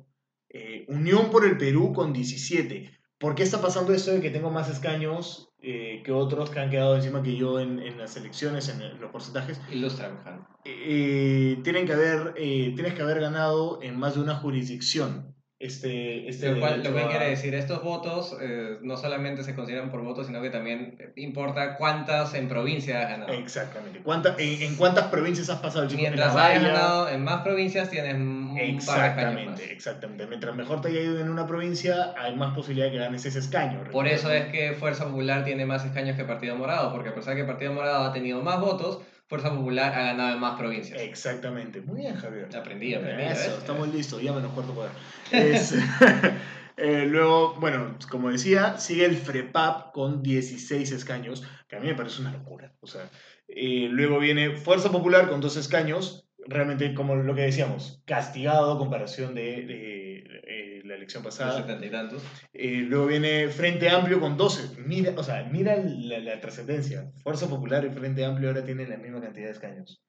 [SPEAKER 2] eh, Unión por el Perú con 17. ¿Por qué está pasando esto de que tengo más escaños eh, que otros que han quedado encima que yo en, en las elecciones, en el- los porcentajes?
[SPEAKER 3] Ilustra, Juan.
[SPEAKER 2] eh, tienen que haber, eh, tienes que haber ganado en más de una jurisdicción. Este, este
[SPEAKER 3] Lo cual, lo
[SPEAKER 2] derecho
[SPEAKER 3] cual
[SPEAKER 2] a-
[SPEAKER 3] quiere decir, estos votos eh, no solamente se consideran por votos, sino que también eh, importa cuántas en provincia has ganado.
[SPEAKER 2] Exactamente. ¿Cuánta- en, en cuántas provincias has pasado, chico? En
[SPEAKER 3] Mientras
[SPEAKER 2] la
[SPEAKER 3] hayas
[SPEAKER 2] Valle.
[SPEAKER 3] ganado en más provincias, tienes un par de escaños más.
[SPEAKER 2] Exactamente, exactamente. Mientras mejor te haya ido en una provincia, hay más posibilidad de que ganes ese escaño.
[SPEAKER 3] Por eso es que Fuerza Popular tiene más escaños que Partido Morado, porque a pesar de que Partido Morado ha tenido más votos, Fuerza Popular ha ganado en más provincias.
[SPEAKER 2] Exactamente. Muy bien, Javier.
[SPEAKER 3] Aprendí, aprendí.
[SPEAKER 2] Eso,
[SPEAKER 3] ¿ves?
[SPEAKER 2] estamos listos, ya menos cuarto poder. Es- eh, luego, bueno, como decía, sigue el FREPAP con 16 escaños, que a mí me parece una locura. O sea, eh, luego viene Fuerza Popular con dos escaños, realmente como lo que decíamos, castigado a comparación de, de, eh, la elección
[SPEAKER 3] De
[SPEAKER 2] pasada.
[SPEAKER 3] setenta y tantos.
[SPEAKER 2] Eh, luego viene Frente Amplio con 12. Mira, o sea, mira la, la trascendencia. Fuerza Popular y Frente Amplio ahora tienen la misma cantidad de escaños.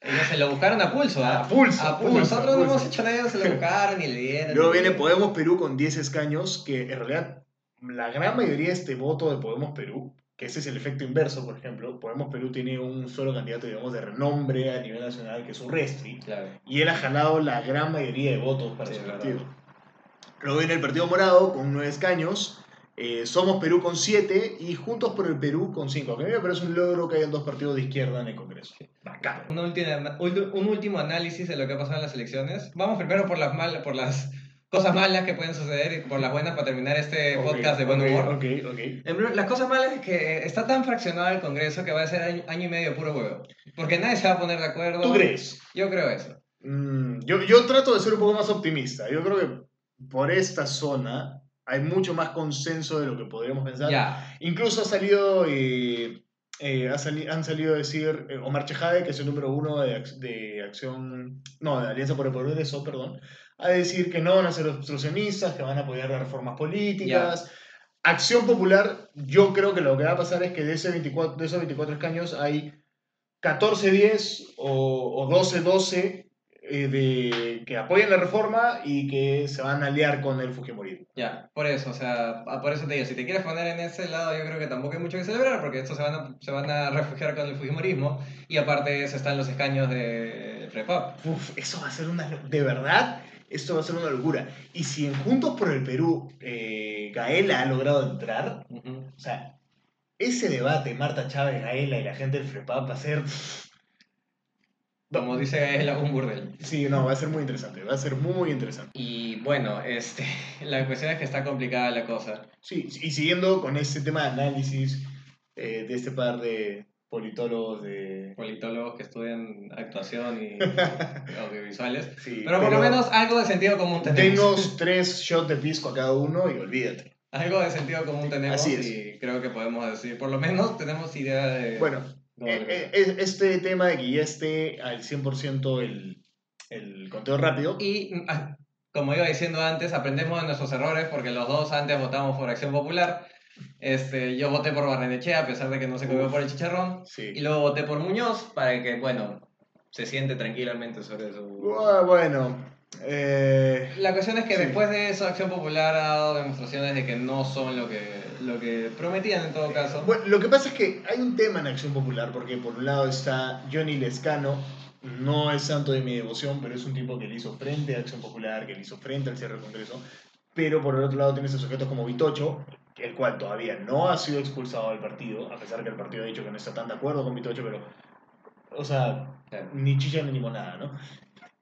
[SPEAKER 3] Ellos se lo buscaron a pulso, ¿ah?
[SPEAKER 2] A pulso,
[SPEAKER 3] A
[SPEAKER 2] pulso,
[SPEAKER 3] pulso. Nosotros
[SPEAKER 2] pulso.
[SPEAKER 3] no hemos hecho nada, se lo buscaron y le dieron.
[SPEAKER 2] Luego
[SPEAKER 3] y-
[SPEAKER 2] viene Podemos Perú con 10 escaños, que en realidad la gran mayoría de este voto de Podemos Perú, que ese es el efecto inverso, por ejemplo, Podemos Perú tiene un solo candidato, digamos, de renombre a nivel nacional, que es Urresti,
[SPEAKER 3] Claro.
[SPEAKER 2] y él ha jalado la gran mayoría de votos para
[SPEAKER 3] Sí,
[SPEAKER 2] su
[SPEAKER 3] es verdad.
[SPEAKER 2] partido. Luego viene el Partido Morado con 9 escaños, eh, Somos Perú con 7 y Juntos por el Perú con 5, que a mí me parece un logro que hayan dos partidos de izquierda en el Congreso. Bacán.
[SPEAKER 3] Una última- ulti- un último análisis de lo que ha pasado en las elecciones. Vamos primero por las malas, por las cosas malas que pueden suceder y por las buenas para terminar este podcast de buen
[SPEAKER 2] Ok,
[SPEAKER 3] humor.
[SPEAKER 2] Ok, ok.
[SPEAKER 3] En primer- Las cosas malas es que está tan fraccionado el Congreso que va a ser año, año y medio puro huevo. Porque nadie se va a poner de acuerdo.
[SPEAKER 2] ¿Tú crees?
[SPEAKER 3] Yo creo eso.
[SPEAKER 2] Mm, yo, yo trato de ser un poco más optimista. Yo creo que por esta zona hay mucho más consenso de lo que podríamos pensar.
[SPEAKER 3] Ya.
[SPEAKER 2] Incluso ha salido, eh, eh, ha sali- han salido a decir eh, Omar Chejade, que es el número uno de, ac- de Acción, no, de Alianza por el Progreso, perdón, a decir que no van a ser obstruccionistas, que van a apoyar las reformas políticas. Acción Popular, yo creo que lo que va a pasar es que de, ese 24, de esos 24 escaños hay 14-10 o, o 12-12 eh, de- que apoyan la reforma y que se van a aliar con el Fujimorismo.
[SPEAKER 3] Ya, por eso, o sea, a- por eso te digo, si te quieres poner en ese lado, yo creo que tampoco hay mucho que celebrar, porque estos se van a, se van a refugiar con el Fujimorismo, y aparte de eso están los escaños de Prepap.
[SPEAKER 2] Uf, eso va a ser una... lo- De verdad, esto va a ser una locura. Y si en Juntos por el Perú eh, Gaela ha logrado entrar, o sea, ese debate Marta Chávez, Gaela y la gente del FREPAP va a ser...
[SPEAKER 3] Como dice el un burdel.
[SPEAKER 2] Sí, no, va a ser muy interesante, va a ser muy, muy interesante.
[SPEAKER 3] Y bueno, este, la cuestión es que está complicada la cosa.
[SPEAKER 2] Sí, y siguiendo con este tema de análisis eh, de este par de politólogos de...
[SPEAKER 3] Politólogos que estudian actuación y audiovisuales.
[SPEAKER 2] Sí,
[SPEAKER 3] Pero por lo menos algo de sentido común tenemos.
[SPEAKER 2] Denos tres shots de pisco a cada uno y olvídate.
[SPEAKER 3] Algo de sentido común tenemos
[SPEAKER 2] Así es.
[SPEAKER 3] y creo que podemos decir, por lo menos tenemos idea de...
[SPEAKER 2] Bueno,
[SPEAKER 3] no,
[SPEAKER 2] eh, eh, es- este tema de que ya esté al 100% el, el conteo rápido.
[SPEAKER 3] Y mm, ah, como iba diciendo antes, aprendemos de nuestros errores porque los dos antes votamos por Acción Popular. Este, yo voté por Barrenechea a pesar de que no se comió por el chicharrón. Y
[SPEAKER 2] Sí.
[SPEAKER 3] luego voté por Muñoz para que, bueno, se siente tranquilamente sobre su...
[SPEAKER 2] Ah, Bueno, eh,
[SPEAKER 3] La cuestión es que
[SPEAKER 2] Sí.
[SPEAKER 3] después de eso Acción Popular ha dado demostraciones de que no son lo que, lo que prometían en todo caso.
[SPEAKER 2] Bueno, lo que pasa es que hay un tema en Acción Popular, porque por un lado está Johnny Lescano, no es santo de mi devoción, pero es un tipo que le hizo frente a Acción Popular, que le hizo frente al cierre del Congreso, pero por el otro lado tienes a sujetos como Vitocho, el cual todavía no ha sido expulsado del partido, a pesar que el partido ha dicho que no está tan de acuerdo con Vitocho, pero, o sea, ni chicha ni limonada, ¿no?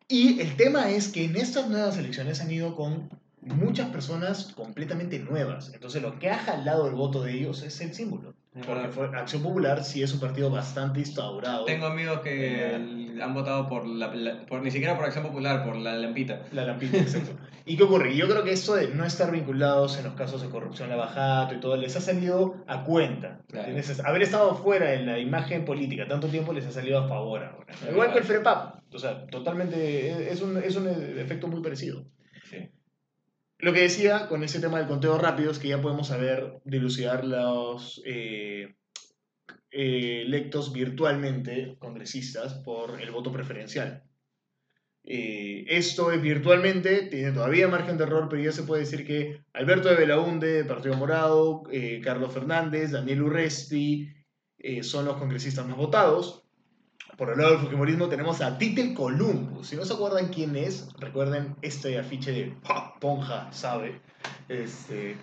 [SPEAKER 2] Y el tema es que en estas nuevas elecciones han ido con muchas personas completamente nuevas. Entonces lo que ha jalado el voto de ellos es el símbolo. Porque fue- Acción Popular sí es un partido bastante instaurado.
[SPEAKER 3] Tengo amigos que el- han votado por la, la- por ni siquiera por Acción Popular, por la lampita.
[SPEAKER 2] La lampita, exacto. ¿Y qué ocurre? Yo creo que eso de no estar vinculados en los casos de corrupción, lavajato y todo, les ha salido a cuenta.
[SPEAKER 3] Claro.
[SPEAKER 2] ¿entiendes? Es- Haber estado fuera en la imagen política tanto tiempo les ha salido a favor ahora.
[SPEAKER 3] Claro.
[SPEAKER 2] Igual que el FREPAP. O sea, totalmente. e-, Es un, es un eh, efecto muy parecido.
[SPEAKER 3] Sí.
[SPEAKER 2] Lo que decía con ese tema del conteo rápido es que ya podemos saber dilucidar los eh, eh, electos virtualmente congresistas por el voto preferencial. Eh, esto es virtualmente, tiene todavía margen de error, pero ya se puede decir que Alberto de Belaunde, Partido Morado, eh, Carlos Fernández, Daniel Urresti eh, son los congresistas más votados. Por el lado del fujimorismo tenemos a Tite Columbus. Si no se acuerdan quién es, recuerden este afiche de ¡Ja! Ponja, sabe. Este,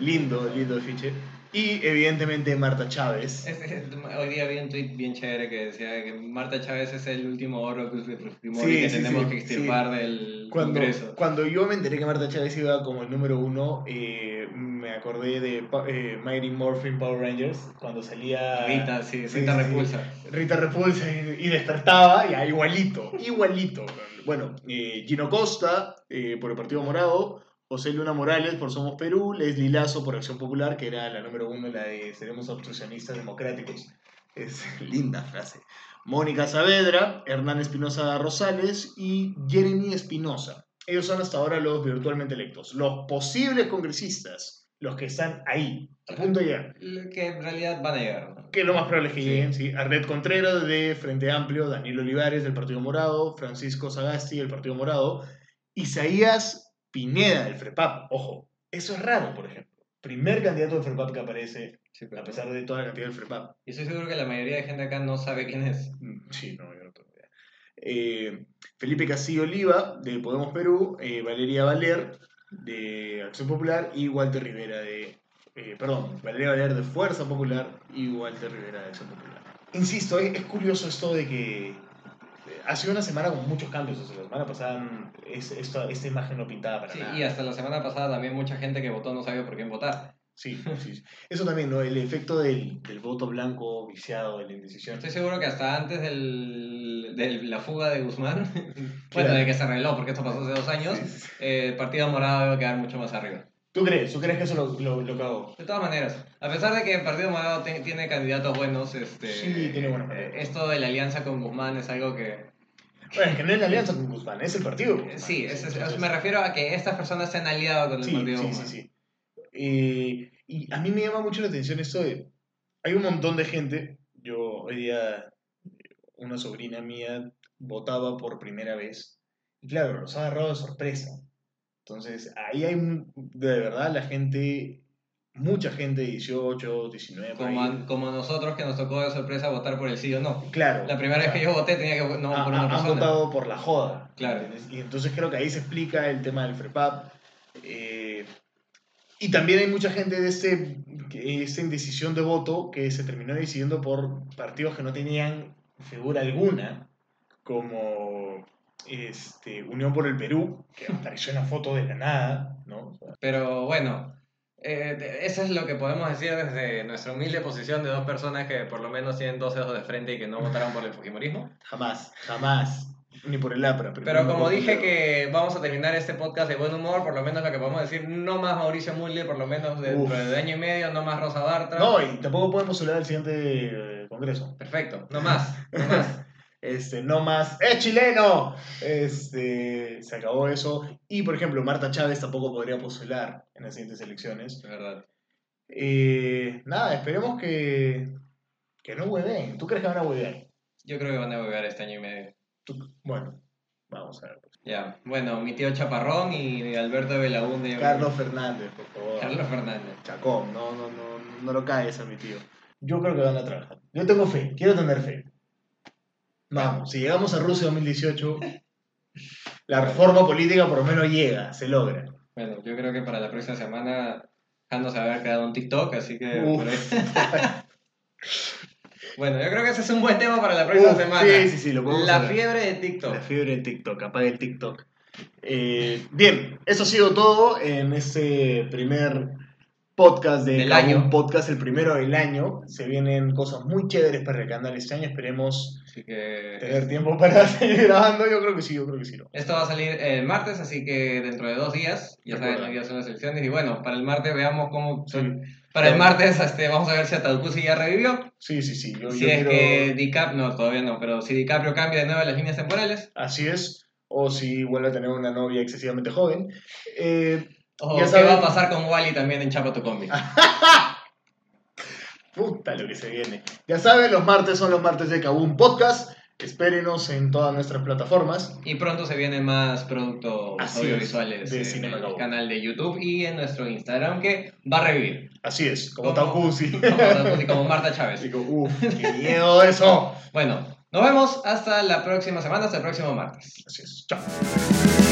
[SPEAKER 2] lindo, lindo afiche. Y evidentemente Marta Chávez.
[SPEAKER 3] Este- este- hoy día vi un tweet bien chévere que decía que Marta Chávez es el último oro que, Fujimori
[SPEAKER 2] Sí,
[SPEAKER 3] que
[SPEAKER 2] sí,
[SPEAKER 3] tenemos
[SPEAKER 2] sí,
[SPEAKER 3] que extirpar del
[SPEAKER 2] Cuando,
[SPEAKER 3] Congreso.
[SPEAKER 2] cuando yo me enteré que Marta Chávez iba como el número uno, eh, me acordé de Pa- eh, Mighty Morphin Power Rangers, cuando salía
[SPEAKER 3] Rita, sí,
[SPEAKER 2] Ah, sí,
[SPEAKER 3] Rita
[SPEAKER 2] sí, sí.
[SPEAKER 3] repulsa.
[SPEAKER 2] Rita Repulsa y, y despertaba, ya, igualito, igualito. Bueno, eh, Gino Costa eh, por el Partido Morado, José Luna Morales por Somos Perú, Leslie Lazo por Acción Popular, que era la número uno, la de Seremos Obstruccionistas Democráticos. Es linda frase. Mónica Saavedra, Hernán Espinosa Rosales y Jeremy Espinosa. Ellos son hasta ahora los virtualmente electos, los posibles congresistas, los que están ahí, a punto de llegar.
[SPEAKER 3] Lo Que en realidad van a llegar. ¿no?
[SPEAKER 2] Que lo más probable es que lleguen, sí. Arlet Contreras de Frente Amplio, Daniel Olivares del Partido Morado, Francisco Sagasti del Partido Morado, Isaías Pineda del FREPAP. Ojo, eso es raro, por ejemplo. Primer candidato del FREPAP que aparece,
[SPEAKER 3] Sí, pero- pues
[SPEAKER 2] a pesar de toda la cantidad del FREPAP.
[SPEAKER 3] Y estoy seguro que la mayoría de gente acá no sabe quién es.
[SPEAKER 2] Mm, Sí, no, yo no tengo idea. Eh, Felipe Castillo Oliva de Podemos Perú, eh, Valeria Valer de Acción Popular y Walter Rivera de. eh, perdón, Valeria Valer de Fuerza Popular y Walter Rivera de Acción Popular. Insisto, es, es curioso esto de que. eh, Ha sido una semana con muchos cambios. o sea, la semana pasada mm, es- esta, esta imagen no pintaba para
[SPEAKER 3] Sí,
[SPEAKER 2] nada.
[SPEAKER 3] y hasta la semana pasada también mucha gente que votó no sabía por quién votar.
[SPEAKER 2] Sí, sí, sí. Eso también, ¿no? El efecto del, del voto blanco viciado, de la indecisión.
[SPEAKER 3] Estoy seguro que hasta antes del- de la fuga de Guzmán, bueno,
[SPEAKER 2] Claro.
[SPEAKER 3] de que se arregló, porque esto pasó hace dos años, eh, el Partido Morado iba a quedar mucho más arriba.
[SPEAKER 2] ¿Tú crees? ¿Tú crees que eso lo, lo, lo cagó?
[SPEAKER 3] De todas maneras, a pesar de que el Partido Morado te- tiene candidatos buenos, este,
[SPEAKER 2] Sí, tiene buenos
[SPEAKER 3] eh,
[SPEAKER 2] candidatos.
[SPEAKER 3] esto de la alianza con Guzmán es algo que... eh,
[SPEAKER 2] Bueno, es que no es la alianza con Guzmán, es el partido. de Guzmán.
[SPEAKER 3] Sí, es- es-
[SPEAKER 2] Entonces,
[SPEAKER 3] me refiero a que estas personas se han aliado con el
[SPEAKER 2] sí,
[SPEAKER 3] Partido
[SPEAKER 2] sí, sí,
[SPEAKER 3] Guzmán.
[SPEAKER 2] sí. Eh, y a mí me llama mucho la atención esto de. Hay un montón de gente. Yo hoy día, eh, una sobrina mía votaba por primera vez. Y claro, los ha agarrado de sorpresa. Entonces, ahí hay. un- De verdad, la gente. Mucha gente, 18, 19. por
[SPEAKER 3] Como,
[SPEAKER 2] ahí.
[SPEAKER 3] a- como nosotros que nos tocó de sorpresa votar por el sí o no.
[SPEAKER 2] Claro.
[SPEAKER 3] La primera vez que yo voté tenía que vo- no
[SPEAKER 2] ha-
[SPEAKER 3] por
[SPEAKER 2] ha-
[SPEAKER 3] una
[SPEAKER 2] Ah, han
[SPEAKER 3] persona.
[SPEAKER 2] votado por la joda.
[SPEAKER 3] ah, Claro.
[SPEAKER 2] ¿entiendes? Y entonces creo que ahí se explica el tema del FREPAP. eh, y también hay mucha gente de este, que- esta indecisión de voto que se terminó decidiendo por partidos que no tenían figura alguna, como este, Unión por el Perú, que apareció en la foto de la nada, ¿no? O sea,
[SPEAKER 3] Pero bueno, eh, de- eso es lo que podemos decir desde nuestra humilde posición de dos personas que por lo menos tienen dos dedos de frente y que no votaron por el Fujimorismo.
[SPEAKER 2] jamás, jamás. Ni por el APRA.
[SPEAKER 3] Pero como dije que vamos a terminar este podcast de buen humor, por lo menos lo que podemos decir, no más Mauricio Mulli, por lo menos dentro
[SPEAKER 2] Uf.
[SPEAKER 3] de año y medio, no más Rosa Bartra.
[SPEAKER 2] No, y tampoco pueden postular al siguiente eh, congreso.
[SPEAKER 3] Perfecto, no más, no más.
[SPEAKER 2] Este, no más, ¡es chileno! Este, se acabó eso. Y, por ejemplo, Marta Chávez tampoco podría postular en las siguientes elecciones.
[SPEAKER 3] De verdad.
[SPEAKER 2] Eh, nada, esperemos que, que no hueven. ¿Tú crees que van a huevear?
[SPEAKER 3] Yo creo que van a volver este año y medio.
[SPEAKER 2] Tú- Bueno, vamos a ver.
[SPEAKER 3] Ya, bueno, mi tío Chaparrón y Alberto Belaunde.
[SPEAKER 2] Carlos Fernández, por favor.
[SPEAKER 3] Carlos Fernández.
[SPEAKER 2] Chacón, no, no, no, no lo caes a mi tío. Yo creo que van a trabajar. Yo tengo fe, quiero tener fe. Vamos, si llegamos a Rusia 2018, la reforma política por lo menos llega, se logra.
[SPEAKER 3] Bueno, yo creo que para la próxima semana ya nos haber creado un TikTok, así que
[SPEAKER 2] Uf.
[SPEAKER 3] por ahí- bueno, yo creo que ese es un buen tema para la próxima
[SPEAKER 2] Uf,
[SPEAKER 3] semana.
[SPEAKER 2] Sí, sí, sí, lo podemos
[SPEAKER 3] la
[SPEAKER 2] hablar.
[SPEAKER 3] fiebre de TikTok.
[SPEAKER 2] La fiebre de TikTok, apaga el TikTok. Eh, bien, eso ha sido todo en este primer podcast de
[SPEAKER 3] Del
[SPEAKER 2] Kabum
[SPEAKER 3] año.
[SPEAKER 2] Podcast, el primero del año. Se vienen cosas muy chéveres para el canal este año. Esperemos
[SPEAKER 3] Así que.
[SPEAKER 2] tener tiempo para seguir grabando. Yo creo que sí, yo creo que sí. ¿no?
[SPEAKER 3] Esto va a salir el martes, así que dentro de dos días, ya saben,
[SPEAKER 2] Recuerda.
[SPEAKER 3] los días son las elecciones. Y bueno, para el martes veamos cómo.
[SPEAKER 2] Sí,
[SPEAKER 3] Para el
[SPEAKER 2] Sí.
[SPEAKER 3] martes este, vamos a ver si Ataucusi ya revivió.
[SPEAKER 2] sí, sí. sí, Yo,
[SPEAKER 3] si
[SPEAKER 2] yo
[SPEAKER 3] es
[SPEAKER 2] quiero-
[SPEAKER 3] que DiCaprio. No, todavía no, pero si DiCaprio cambia de nuevo las líneas temporales.
[SPEAKER 2] Así es. O si vuelve a tener una novia excesivamente joven. Eh,
[SPEAKER 3] O
[SPEAKER 2] Ya
[SPEAKER 3] qué
[SPEAKER 2] saben.
[SPEAKER 3] va a pasar con Wally también en Chapa tu combi.
[SPEAKER 2] Puta lo que se viene. Ya saben, los martes son los martes de Kabum Podcast. Espérenos en todas nuestras plataformas.
[SPEAKER 3] Y pronto se vienen más productos
[SPEAKER 2] Así es,
[SPEAKER 3] audiovisuales
[SPEAKER 2] de
[SPEAKER 3] en
[SPEAKER 2] Cinema
[SPEAKER 3] el
[SPEAKER 2] Lobo.
[SPEAKER 3] canal de YouTube y en nuestro Instagram que va a revivir.
[SPEAKER 2] Así es, como
[SPEAKER 3] Como-
[SPEAKER 2] Takusi.
[SPEAKER 3] Como Ataucusi, como Marta Chávez.
[SPEAKER 2] Digo, uff, qué miedo eso.
[SPEAKER 3] Bueno, nos vemos hasta la próxima semana, hasta el próximo martes.
[SPEAKER 2] Así es, chao.
[SPEAKER 4] Thank